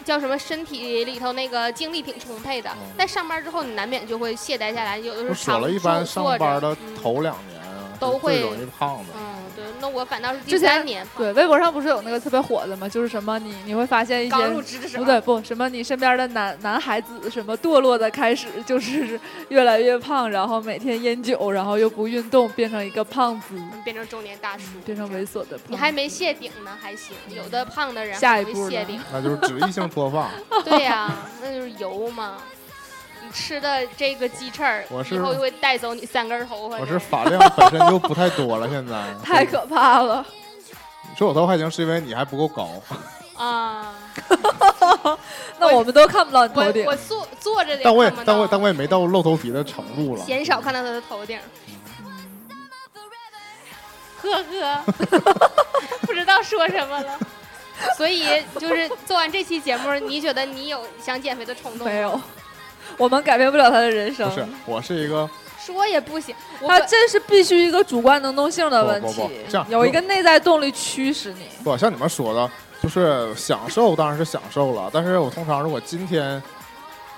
Speaker 4: 叫什么？身体里头那个精力挺充沛的，
Speaker 3: 嗯
Speaker 4: 但上班之后你难免就会懈怠下来，有的时
Speaker 3: 我
Speaker 4: 候
Speaker 3: 说
Speaker 4: 长
Speaker 3: 了
Speaker 4: 坐
Speaker 3: 一般上班的
Speaker 4: 嗯
Speaker 3: 头两年啊，
Speaker 4: 都
Speaker 3: 是
Speaker 4: 会
Speaker 3: 最容易胖的。
Speaker 4: 嗯，对，那我反倒是第
Speaker 2: 之前
Speaker 4: 三年
Speaker 2: 对，微博上不是有那个特别火的吗？就是什么你你会发现一
Speaker 4: 刚入
Speaker 2: 些。
Speaker 4: 职的时候，
Speaker 2: 不对，不，什么你身边的男男孩子什么堕落的开始，就是 [laughs] 越来越胖，然后每天烟酒，然后又不运动，变成一个胖子，
Speaker 4: 嗯变成中年大叔，
Speaker 2: 变成猥琐的胖子。
Speaker 4: 你还没谢顶呢，还行，有的胖的人
Speaker 2: 下
Speaker 4: 还
Speaker 2: 一
Speaker 4: 会
Speaker 2: 步
Speaker 4: 谢
Speaker 2: 呢
Speaker 4: 顶。
Speaker 3: 那就是脂溢性脱发，
Speaker 4: 对呀、那就是油嘛。你吃的这个鸡翅儿，
Speaker 3: 我
Speaker 4: 以
Speaker 3: 是
Speaker 4: 后就会带走你三根头发。
Speaker 3: 我是发量本身就不太多了，现在
Speaker 2: 太可怕了，
Speaker 3: 你说我头发还行，是因为你还不够高。
Speaker 4: 啊，
Speaker 2: 那我们都看不到你头
Speaker 4: 我
Speaker 2: 顶
Speaker 4: 我。坐坐着的，
Speaker 3: 但我也但我也但我也没到露头皮的程度了。
Speaker 4: 鲜少看到他的头顶。呵呵，
Speaker 3: [laughs]
Speaker 4: 不知道说什么了。所以就是做完这期节目，你觉得你有想减肥的冲动吗？
Speaker 2: 没有，我们改变不了他的人生
Speaker 3: 不。是，我是一个
Speaker 4: 说也不行，我
Speaker 2: 他
Speaker 4: 可
Speaker 2: 这是必须一个主观能动性的问
Speaker 3: 不
Speaker 2: 题
Speaker 3: 不不这样，
Speaker 2: 有一个内在动力驱使你。
Speaker 3: 不像你们说的，就是享受当然是享受了，但是我通常如果今天，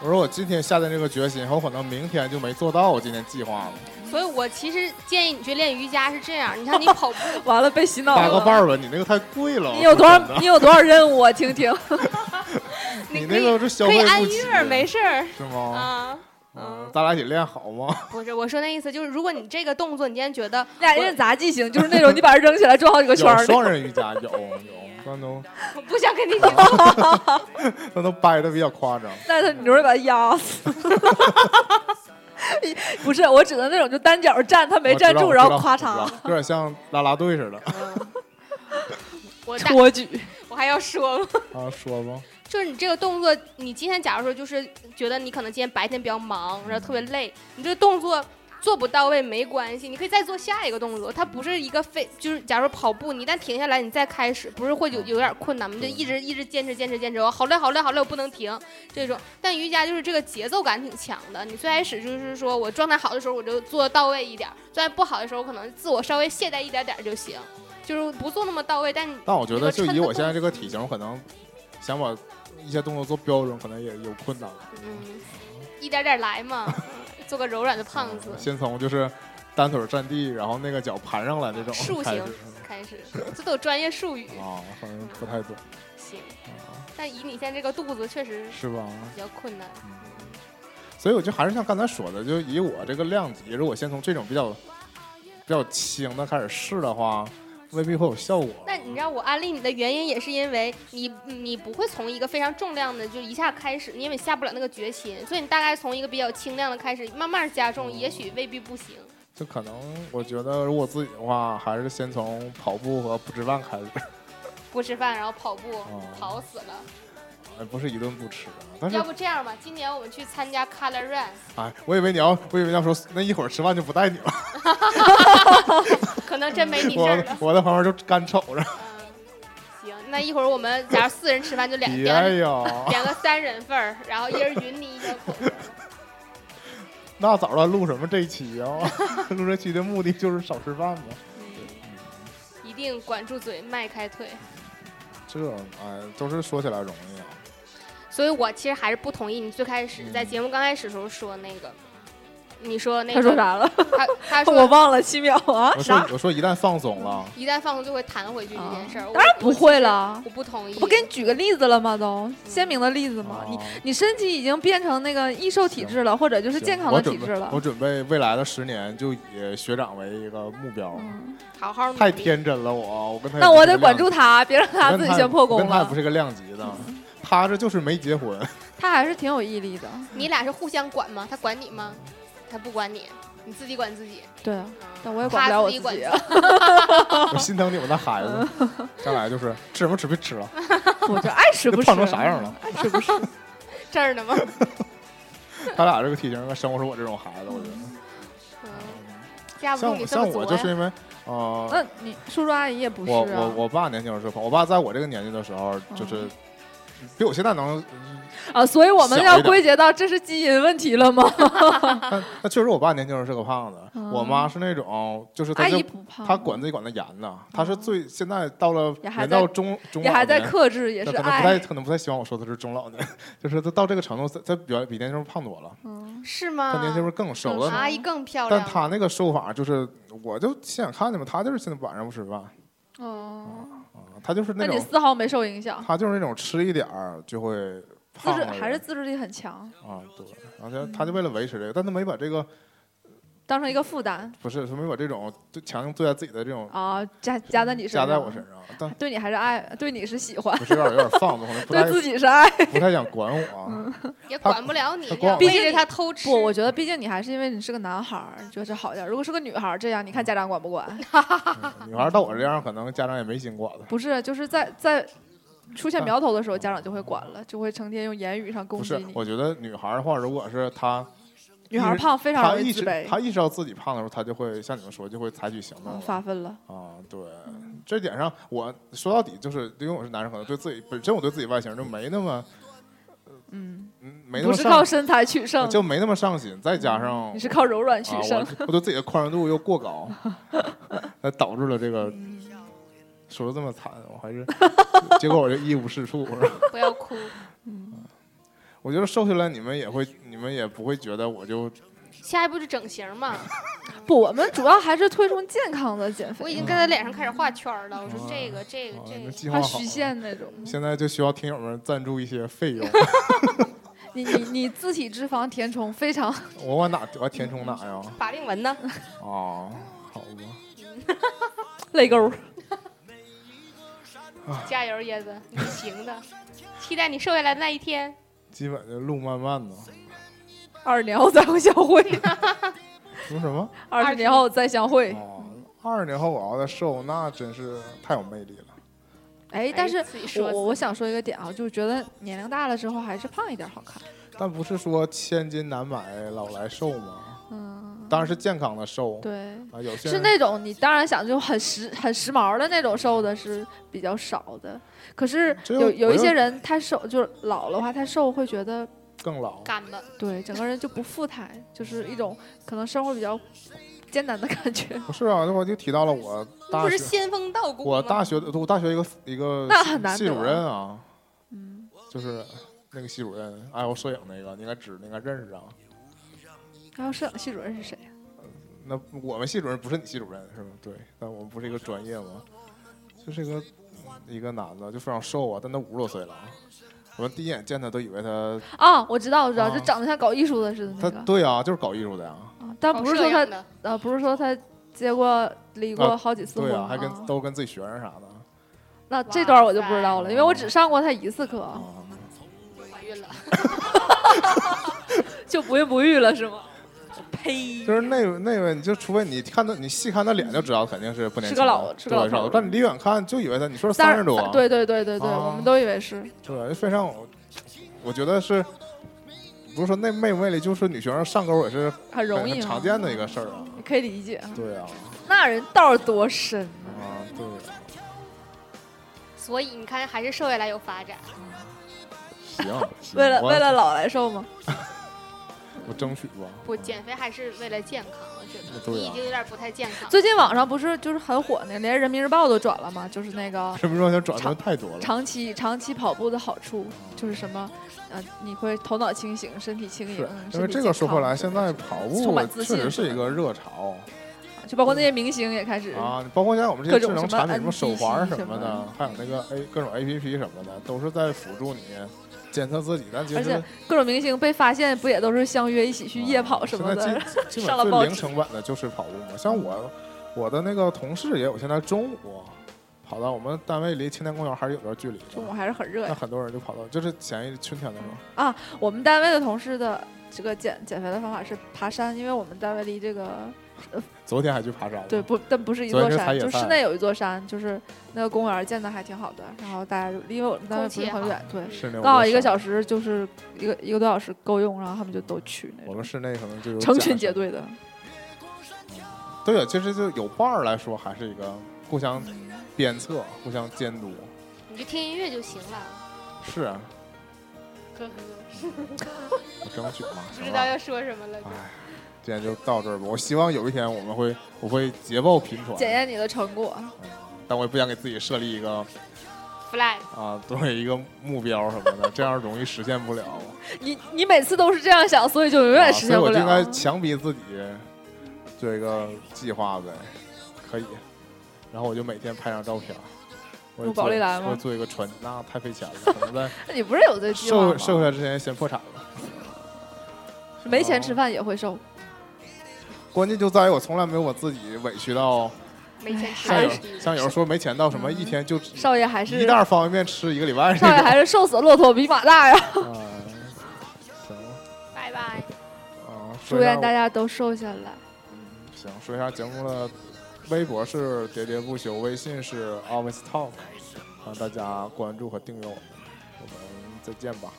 Speaker 3: 我说我今天下定这个决心，我可能明天就没做到我今天计划了，
Speaker 4: 所以，我其实建议你去练瑜伽是这样。你看你跑步，
Speaker 2: 完了，被洗脑
Speaker 3: 八个
Speaker 2: 了。
Speaker 3: 半儿吧，你那个太贵了。
Speaker 2: 你有多少
Speaker 3: 我说真？的
Speaker 2: 你有多少任务啊？听听，
Speaker 3: [laughs] 你
Speaker 4: 可
Speaker 3: 那
Speaker 4: 以
Speaker 3: 个是消
Speaker 4: 可以
Speaker 3: 费
Speaker 4: 按
Speaker 3: 不起哦
Speaker 4: 月，儿没事儿
Speaker 3: 是吗？
Speaker 4: 啊。
Speaker 3: 嗯，咱俩一起练好吗？
Speaker 4: 不是，我说那意思就是，如果你这个动作，你今天觉得
Speaker 2: 俩人咋记性？就是那种你把人扔起来转好几个圈
Speaker 3: 有
Speaker 2: 儿
Speaker 3: 双
Speaker 2: 的。
Speaker 3: 人瑜伽，有
Speaker 4: [laughs]
Speaker 3: 有，但都
Speaker 4: 我不想跟你一起做，
Speaker 3: 但都掰的比较夸张。
Speaker 2: 那他你容易把他压死。 [laughs] 不是，我指的那种就单脚站，他没
Speaker 3: 我
Speaker 2: 站
Speaker 3: 知道
Speaker 2: 住，然后
Speaker 3: 我知道
Speaker 2: 咔
Speaker 3: 我
Speaker 2: 嚓
Speaker 4: [laughs]
Speaker 3: 知道有点像啦啦队似的
Speaker 4: 我大
Speaker 2: 托举。
Speaker 4: 我还要说吗？
Speaker 3: 啊，说吧。
Speaker 4: 就是你这个动作，你今天假如说就是觉得你可能今天白天比较忙，然后特别累，你这个动作做不到位没关系，你可以再做下一个动作。它不是一个非，就是假如跑步，你一旦停下来，你再开始，不是会有有点困难吗？就一直一直坚持坚持坚持，我好累好累好累，我不能停这种。但瑜伽就是这个节奏感挺强的，你最开始就是说我状态好的时候我就做到位一点儿，状态不好的时候可能自我稍微懈怠一点点儿就行，就是不做那么到位。但你
Speaker 3: 但我觉
Speaker 4: 这
Speaker 3: 得
Speaker 4: 个
Speaker 3: 就
Speaker 4: 撑
Speaker 3: 以
Speaker 4: 得
Speaker 3: 我现在这
Speaker 4: 动
Speaker 3: 个体型，我可能想把一些动作做标准，可能也有困难了。
Speaker 4: 嗯，一点点
Speaker 3: [laughs]
Speaker 4: 来嘛，做个柔软的胖子。
Speaker 3: 嗯先从就是单腿站地，然后那个脚盘上来那种
Speaker 4: 竖
Speaker 3: 开始
Speaker 4: 形开始，这都有专业术语。
Speaker 3: 啊，反正不太懂，
Speaker 4: 行，
Speaker 3: 啊
Speaker 4: 但以你现在这个肚子，确实是
Speaker 3: 是吧？
Speaker 4: 比较困难。
Speaker 3: 嗯，所以我就还是像刚才说的，就以我这个量级，如果先从这种比较比较轻的开始试的话，未必会有效果。
Speaker 4: 那你让我安利你的原因，也是因为你你不会从一个非常重量的就一下开始，因为你下不了那个决心，所以你大概从一个比较轻量的开始，慢慢加
Speaker 3: 嗯
Speaker 4: 重，也许未必不行。
Speaker 3: 就可能我觉得，如果自己的话，还是先从跑步和不吃饭开始， [laughs]
Speaker 4: 不吃饭，然后跑步
Speaker 3: 哦，
Speaker 4: 跑死了。
Speaker 3: 哎不是一顿不吃啊。但是
Speaker 4: 要，不这样吧，今年我们去参加 Color Run，
Speaker 3: 哎，我以为你要，我以为你要说那一会儿吃饭就不带你了，
Speaker 4: 可能真没你事
Speaker 3: 我
Speaker 4: 儿了。
Speaker 3: 我在旁边就干瞅着。
Speaker 4: 嗯，行，那一会儿我们假如四人吃饭就两
Speaker 3: 别
Speaker 4: 点。
Speaker 3: 哎呀，
Speaker 4: 两个三人份儿，然后一人匀你一小口。
Speaker 3: 那早知道录什么这期呀、 [laughs] 录这期的目的就是少吃饭嘛。
Speaker 4: 嗯一定管住嘴，迈开腿。
Speaker 3: 这哎，都是说起来容易啊。
Speaker 4: 所以我其实还是不同意你最开始
Speaker 3: 嗯
Speaker 4: 在节目刚开始的时候说那个，你说那个
Speaker 2: 他说？啥了？[laughs]
Speaker 4: 他他
Speaker 2: 我
Speaker 4: 说
Speaker 2: 忘了，七秒啊？
Speaker 3: 我
Speaker 2: 啥
Speaker 3: 说？我说一旦放松了，
Speaker 4: 一旦放松就会弹回去这件事儿，
Speaker 2: 啊
Speaker 4: 我嗯
Speaker 2: 当然不会了
Speaker 4: 我不同意。
Speaker 2: 我给你举个例子了吗？都鲜明的例子嘛，嗯你
Speaker 3: 啊
Speaker 2: 你身体已经变成那个易瘦体质了，或者就是
Speaker 3: 行
Speaker 2: 健康
Speaker 3: 我
Speaker 2: 的
Speaker 3: 准
Speaker 2: 体
Speaker 3: 备
Speaker 2: 质了
Speaker 3: 我。准备未来的十年就以学长为一个目标。
Speaker 2: 嗯
Speaker 4: 好好努力
Speaker 3: 太天真了我，我跟他也
Speaker 2: 那
Speaker 3: 不是
Speaker 2: 我
Speaker 3: 一
Speaker 2: 得
Speaker 3: 个
Speaker 2: 管
Speaker 3: 量
Speaker 2: 住他，别让他
Speaker 3: 我跟
Speaker 2: 自己先破
Speaker 3: 我
Speaker 2: 功
Speaker 3: 跟他也不
Speaker 2: 了。
Speaker 3: 是一个量级
Speaker 2: [laughs]
Speaker 3: 的，他这就是没结婚。
Speaker 2: 他还是挺有毅力的。
Speaker 4: 你俩是互相管吗？他管你吗？他不管你，你自己管自己。
Speaker 2: 对啊，
Speaker 4: 嗯
Speaker 2: 但我也管不了我自
Speaker 4: 他
Speaker 2: 己
Speaker 4: 己
Speaker 2: 啊
Speaker 4: 管。
Speaker 3: 我心疼你们那孩子，将来就是吃什么吃别吃
Speaker 2: [laughs]
Speaker 3: 了，
Speaker 2: 我就爱吃嗯
Speaker 3: 这
Speaker 2: 不吃。
Speaker 3: 胖成啥样了？
Speaker 2: 爱吃不吃。
Speaker 4: 这儿呢吗？
Speaker 3: [laughs] 他俩这个体型跟生活是我这种孩子，我觉得。
Speaker 4: 嗯，架不住
Speaker 3: 像
Speaker 4: 你
Speaker 3: 我
Speaker 4: 这么
Speaker 3: 像我
Speaker 4: 作
Speaker 3: 就是
Speaker 2: 哎
Speaker 4: 呀。
Speaker 3: 因为，
Speaker 2: [laughs]
Speaker 3: 呃，
Speaker 2: 那你叔叔阿姨也不是
Speaker 3: 我我
Speaker 2: 啊。嗯
Speaker 3: 我爸年轻的时候是胖，我爸在我这个年纪的时候就是比我现
Speaker 2: [laughs]
Speaker 3: 在能，
Speaker 2: 啊，所以我们
Speaker 3: 小
Speaker 2: 要
Speaker 3: 一点
Speaker 2: 归结到这是基因问题了吗？
Speaker 3: 但但确实我爸年轻的时候是个胖子，
Speaker 2: 嗯
Speaker 3: 我妈是那种就是
Speaker 2: 阿
Speaker 3: 她就
Speaker 2: 姨不胖，
Speaker 3: 她管自己管的严的，她是最现在到了
Speaker 2: 也还
Speaker 3: 人
Speaker 2: 在
Speaker 3: 到中中
Speaker 2: 也还
Speaker 3: 老
Speaker 2: 在
Speaker 3: 年
Speaker 2: 克制，也
Speaker 3: 她
Speaker 2: 是
Speaker 3: 可能不太
Speaker 2: 爱。
Speaker 3: 可能不太希望我说她是中老年， [laughs] 就是她到这个程度，她她比比年轻时候胖多了，
Speaker 2: 嗯，
Speaker 4: 是
Speaker 3: 她
Speaker 4: 吗？
Speaker 3: 年轻时候更瘦
Speaker 2: 更
Speaker 3: 了
Speaker 2: 瘦。
Speaker 4: 阿姨更漂亮
Speaker 3: 但
Speaker 4: 了。
Speaker 3: 她那个瘦法就是，我就亲眼看见嘛，她就是现在晚上不吃饭
Speaker 2: 哦，
Speaker 3: 啊，她就是
Speaker 2: 那
Speaker 3: 那
Speaker 2: 你
Speaker 3: 种，
Speaker 2: 丝毫没受影响，
Speaker 3: 她就是那种吃一点儿就会
Speaker 2: 自
Speaker 3: 胖
Speaker 2: 制
Speaker 3: 了
Speaker 2: 还是自制力很强，
Speaker 3: 啊，对，然后她她就为了维持这个，但她没把这个
Speaker 2: 当成一个负担
Speaker 3: 不是，她没把这种就强行对待自己的这种
Speaker 2: 啊，加加在你身
Speaker 3: 加
Speaker 2: 上，啊
Speaker 3: 在我身上，但
Speaker 2: 对你还是爱，对你是喜欢，
Speaker 3: 不是有点有点放纵，可能
Speaker 2: [laughs]
Speaker 3: 不
Speaker 2: 对
Speaker 3: 太
Speaker 2: 自己是嗯爱。
Speaker 3: 不太想管我啊。
Speaker 4: 也管不了你
Speaker 3: 他，
Speaker 4: 要
Speaker 3: 光
Speaker 4: 背着他偷吃。
Speaker 2: 不，我觉得毕竟你还是因为你是个男孩儿，你觉得这好点儿。如果是个女孩儿，这样你看家长管不管？
Speaker 3: 啊
Speaker 2: [laughs]
Speaker 3: 女孩到我这样，可能家长也没心管了。
Speaker 2: 不是，就是在在出现苗头的时候，家长就会管了，就会成天用言语上攻
Speaker 3: 啊不
Speaker 2: 击
Speaker 3: 是
Speaker 2: 你，。
Speaker 3: 我觉得女孩的话，如果是她
Speaker 2: 女孩儿胖非常
Speaker 3: 她
Speaker 2: 容易
Speaker 3: 意
Speaker 2: 自
Speaker 3: 识
Speaker 2: 卑，
Speaker 3: 她意识到自己胖的时候，她就会像你们说，就会采取行动
Speaker 2: 嗯
Speaker 3: 了
Speaker 2: 发奋了。
Speaker 3: 啊。对，这点上我说到底就是，因为我是男生，可能对自己本身我对自己外形就没那么
Speaker 2: 嗯，
Speaker 3: 嗯没那
Speaker 2: 不
Speaker 3: 么
Speaker 2: 是靠
Speaker 3: 上
Speaker 2: 身材取胜，
Speaker 3: 就没那么上心，再加上
Speaker 2: 你是靠柔软取
Speaker 3: 啊，
Speaker 2: 胜
Speaker 3: 我。我对自己的宽容度又过高，那导致了这个说的这么惨，我还是结果我就一无是处。是吧 [laughs]
Speaker 4: 不要哭，
Speaker 3: 我觉得瘦下来你们也会，你们也不会觉得我就啊
Speaker 4: 下一步就整形嘛。
Speaker 2: 不，我们主要还是推崇健康的减
Speaker 4: 我
Speaker 2: 肥，
Speaker 4: 已经跟他脸上开始画圈儿了。我说
Speaker 3: 啊
Speaker 4: 这个这个
Speaker 3: 啊，
Speaker 4: 这
Speaker 3: 你们
Speaker 4: 个，
Speaker 3: 计划
Speaker 2: 怕
Speaker 3: 好
Speaker 2: 虚
Speaker 3: 了。
Speaker 2: 线那种。
Speaker 3: 现在就需要听友们赞助一些费用，
Speaker 2: 你你你自体脂肪填充非常 [laughs]
Speaker 3: 我往哪我填充哪呀？
Speaker 4: 法令纹呢？
Speaker 3: 啊，好吧，
Speaker 2: 泪沟。
Speaker 4: 加油，椰子，你行的。期待你瘦下来的那一天。
Speaker 3: 基本就路漫漫呢。
Speaker 2: 二十年后再相会，
Speaker 3: 什么什么？
Speaker 2: 二十年后再相会。哎
Speaker 3: 啊，二十年后我要再瘦，那真是太有魅力了。
Speaker 2: 哎，但是
Speaker 4: 自己
Speaker 2: 我
Speaker 4: 说
Speaker 2: 我我想说一个点啊，就是觉得年龄大了之后还是胖一点好看。
Speaker 3: 但不是说千金难买老来瘦吗？
Speaker 2: 嗯，
Speaker 3: 当然是健康的瘦
Speaker 2: 对，
Speaker 3: 啊，有些
Speaker 2: 是
Speaker 3: 人
Speaker 2: 那种你当然想就很时很时髦的那种瘦的是比较少的，可是
Speaker 3: 这又
Speaker 2: 有
Speaker 3: 我
Speaker 2: 有一
Speaker 3: 又
Speaker 2: 些人太瘦，就是老的话太瘦会觉得
Speaker 3: 更老。
Speaker 4: 干巴。
Speaker 2: 对整个人就不富态，就是一种可能生活比较艰难的感
Speaker 3: [laughs]
Speaker 2: 觉，
Speaker 3: 不是啊，我就提到了我大
Speaker 4: 不是
Speaker 3: 学，
Speaker 4: 仙风道骨吗？
Speaker 3: 我大学我大学一个一个
Speaker 2: 那很难
Speaker 3: 系
Speaker 2: 得
Speaker 3: 主任啊，
Speaker 2: 嗯，
Speaker 3: 就是那个系主任爱好摄影那个，你应该知，你应该认识啊。
Speaker 2: 然后摄影系主任是谁呀、
Speaker 3: 那我们系主任不是你系主任是吗？对，但我们不是一个专业嘛，就是一个一个男的，就非常瘦啊，但他五十多岁了啊。我们第一眼见他都以为他
Speaker 2: 啊？我知道，我知道，
Speaker 3: 啊
Speaker 2: 就长得像搞艺术的似的
Speaker 3: 他
Speaker 2: 那个，
Speaker 3: 对啊，就是搞艺术的呀、
Speaker 2: 啊但
Speaker 4: 搞
Speaker 2: 不是
Speaker 4: 摄
Speaker 2: 说
Speaker 4: 影
Speaker 2: 他
Speaker 4: 哦的
Speaker 2: 呃，不是说他结过离过
Speaker 3: 啊
Speaker 2: 好几次婚
Speaker 3: 对啊，
Speaker 2: 吗、
Speaker 3: 还跟、都跟自己学生啥的
Speaker 2: 那这
Speaker 4: 哇
Speaker 2: 段我就不
Speaker 4: 塞
Speaker 2: 知道了，因为我只上过他一次课，
Speaker 3: 啊。
Speaker 4: 怀孕了，
Speaker 2: 就不孕不育了是吗？呸！
Speaker 3: 就是那那位，你就除非你看他，你细看他脸就知道肯定是不年轻的，
Speaker 2: 是个老是个老
Speaker 3: 对
Speaker 2: 头儿
Speaker 3: 但你离远看就以为他，你说三十多，
Speaker 2: 对对对对对，
Speaker 3: 啊
Speaker 2: 我们都以为是。
Speaker 3: 对，非常，我觉得是，不是说那魅不魅力，就是女学生上钩也是
Speaker 2: 很容易
Speaker 3: 很
Speaker 2: 啊
Speaker 3: 常见的一个事儿啊。
Speaker 2: 可以理解啊。
Speaker 3: 对啊，
Speaker 2: 那人道儿多深啊！
Speaker 3: 啊对啊，
Speaker 4: 所以你看还是瘦下来有发展。
Speaker 3: [laughs] 行，
Speaker 2: [laughs]
Speaker 3: 行
Speaker 2: 为了
Speaker 3: 我
Speaker 2: 为了老来瘦吗？
Speaker 3: 我争取吧。
Speaker 4: 不，减肥还是为了健康，我觉得
Speaker 3: 对
Speaker 4: 你
Speaker 3: 啊
Speaker 4: 已经有点不太健康。
Speaker 2: 最近网上不是就是很火那个，连人民日报都转了嘛，就是那个
Speaker 3: 什么时候想转
Speaker 2: 长
Speaker 3: 的太多了？
Speaker 2: 长期长期跑步的好处，就是什么，呃，你会头脑清醒，身体轻盈
Speaker 3: 是，
Speaker 2: 身
Speaker 3: 因为
Speaker 2: 体
Speaker 3: 这
Speaker 2: 健
Speaker 3: 个说
Speaker 2: 康
Speaker 3: 回来，现在跑
Speaker 2: 充
Speaker 3: 步
Speaker 2: 满自
Speaker 3: 确
Speaker 2: 信
Speaker 3: 实是一个热潮
Speaker 2: 就包括那些明星也开始，
Speaker 3: 啊！包括现在我们这
Speaker 2: 各
Speaker 3: 些智
Speaker 2: 种
Speaker 3: 能
Speaker 2: 什么
Speaker 3: 产品，什么手环
Speaker 2: NPC
Speaker 3: 什么
Speaker 2: 什
Speaker 3: 的，还有那个 A 各种 APP 什么的，都是在辅助你检测自己。但其
Speaker 2: 而且
Speaker 3: 实
Speaker 2: 各种明星被发现不也都是相约一起去夜跑什么
Speaker 3: 啊现
Speaker 2: 的？ [laughs]
Speaker 3: 在基基
Speaker 2: 上
Speaker 3: 本
Speaker 2: 了
Speaker 3: 最
Speaker 2: 报
Speaker 3: 零
Speaker 2: 纸
Speaker 3: 成本的就是跑步嘛。像我，我的那个同事也有，现在中午跑到我们单位离青年公园还是有段距离
Speaker 2: [laughs] 中午
Speaker 3: 的。
Speaker 2: 还是很热
Speaker 3: 那
Speaker 2: 呀。
Speaker 3: 很多人就跑到，就是前一春天的时候，
Speaker 2: 我们单位的同事的这个减减肥的方法是爬山，因为我们单位离这个
Speaker 3: 昨天还去爬山了。
Speaker 2: 对，不，但不是一
Speaker 3: 昨
Speaker 2: 座
Speaker 3: 天是
Speaker 2: 山，
Speaker 3: 采野
Speaker 2: 就室
Speaker 3: 菜
Speaker 2: 内有一座山，就是那个公园建的还挺好的。然后大家就因为我们单位
Speaker 4: 空
Speaker 2: 不是
Speaker 4: 气
Speaker 2: 很
Speaker 4: 好
Speaker 2: 远，对，
Speaker 3: 室内
Speaker 2: 刚好一个
Speaker 3: 时。
Speaker 2: 小时就是一个一个多小时够用，然后他们就都去那
Speaker 3: 我
Speaker 2: 种
Speaker 3: 们室内可能就有
Speaker 2: 成
Speaker 3: 假
Speaker 2: 群
Speaker 3: 的
Speaker 2: 结队的。
Speaker 3: 对，啊其实就有伴儿来说，还是一个互相鞭策、互相监督。
Speaker 4: 你就听音乐就行了。
Speaker 3: 是啊，
Speaker 4: [laughs] 呵呵，
Speaker 3: 我争取嘛，
Speaker 4: 不
Speaker 3: 行
Speaker 4: 知道
Speaker 3: 吧。
Speaker 4: 要说什么了。
Speaker 3: 哎，今天就到这儿吧。我希望有一天我们会，我会捷报频传。
Speaker 2: 检验你的成果，
Speaker 3: 但我也不想给自己设立一个
Speaker 4: flag，
Speaker 3: 啊，都有一个目标什么
Speaker 2: [laughs]
Speaker 3: 的，这样容易实现不了。
Speaker 2: 你你每次都是这样想，所以就永
Speaker 3: 啊
Speaker 2: 远实
Speaker 3: 所以
Speaker 2: 现不
Speaker 3: 我就应该
Speaker 2: 了。
Speaker 3: 强逼自己做一个计划呗，可以。然后我就每天拍张照片儿。我也
Speaker 2: 用宝
Speaker 3: 做
Speaker 2: 丽来
Speaker 3: 我
Speaker 2: 吗
Speaker 3: 做一个传，那太费钱了，可能在
Speaker 2: 那你不是有这 [laughs] 计划
Speaker 3: 瘦瘦啊
Speaker 2: 吗？
Speaker 3: 下来之前先破产了。
Speaker 2: 没钱吃饭也会瘦，
Speaker 3: 关键就在于我从来没有我自己委屈到，
Speaker 4: 没钱吃
Speaker 3: 像
Speaker 4: 二
Speaker 3: 有
Speaker 4: 十一。
Speaker 3: 像有人说没钱到
Speaker 2: 嗯
Speaker 3: 什么一天就
Speaker 2: 少爷还
Speaker 3: 一
Speaker 2: 是
Speaker 3: 袋方便面吃一个礼拜
Speaker 2: 少爷
Speaker 3: 那
Speaker 2: 还是瘦死骆驼比马
Speaker 3: [laughs]
Speaker 2: 大呀！
Speaker 3: 种。啊行
Speaker 4: 拜拜。
Speaker 3: 啊，
Speaker 2: 祝愿大家
Speaker 3: 家
Speaker 2: 都瘦下来。
Speaker 3: 行说一下节目的微博是喋喋不休，微信啊是 Always Talk，让大家关注和订阅我们，我们再见吧，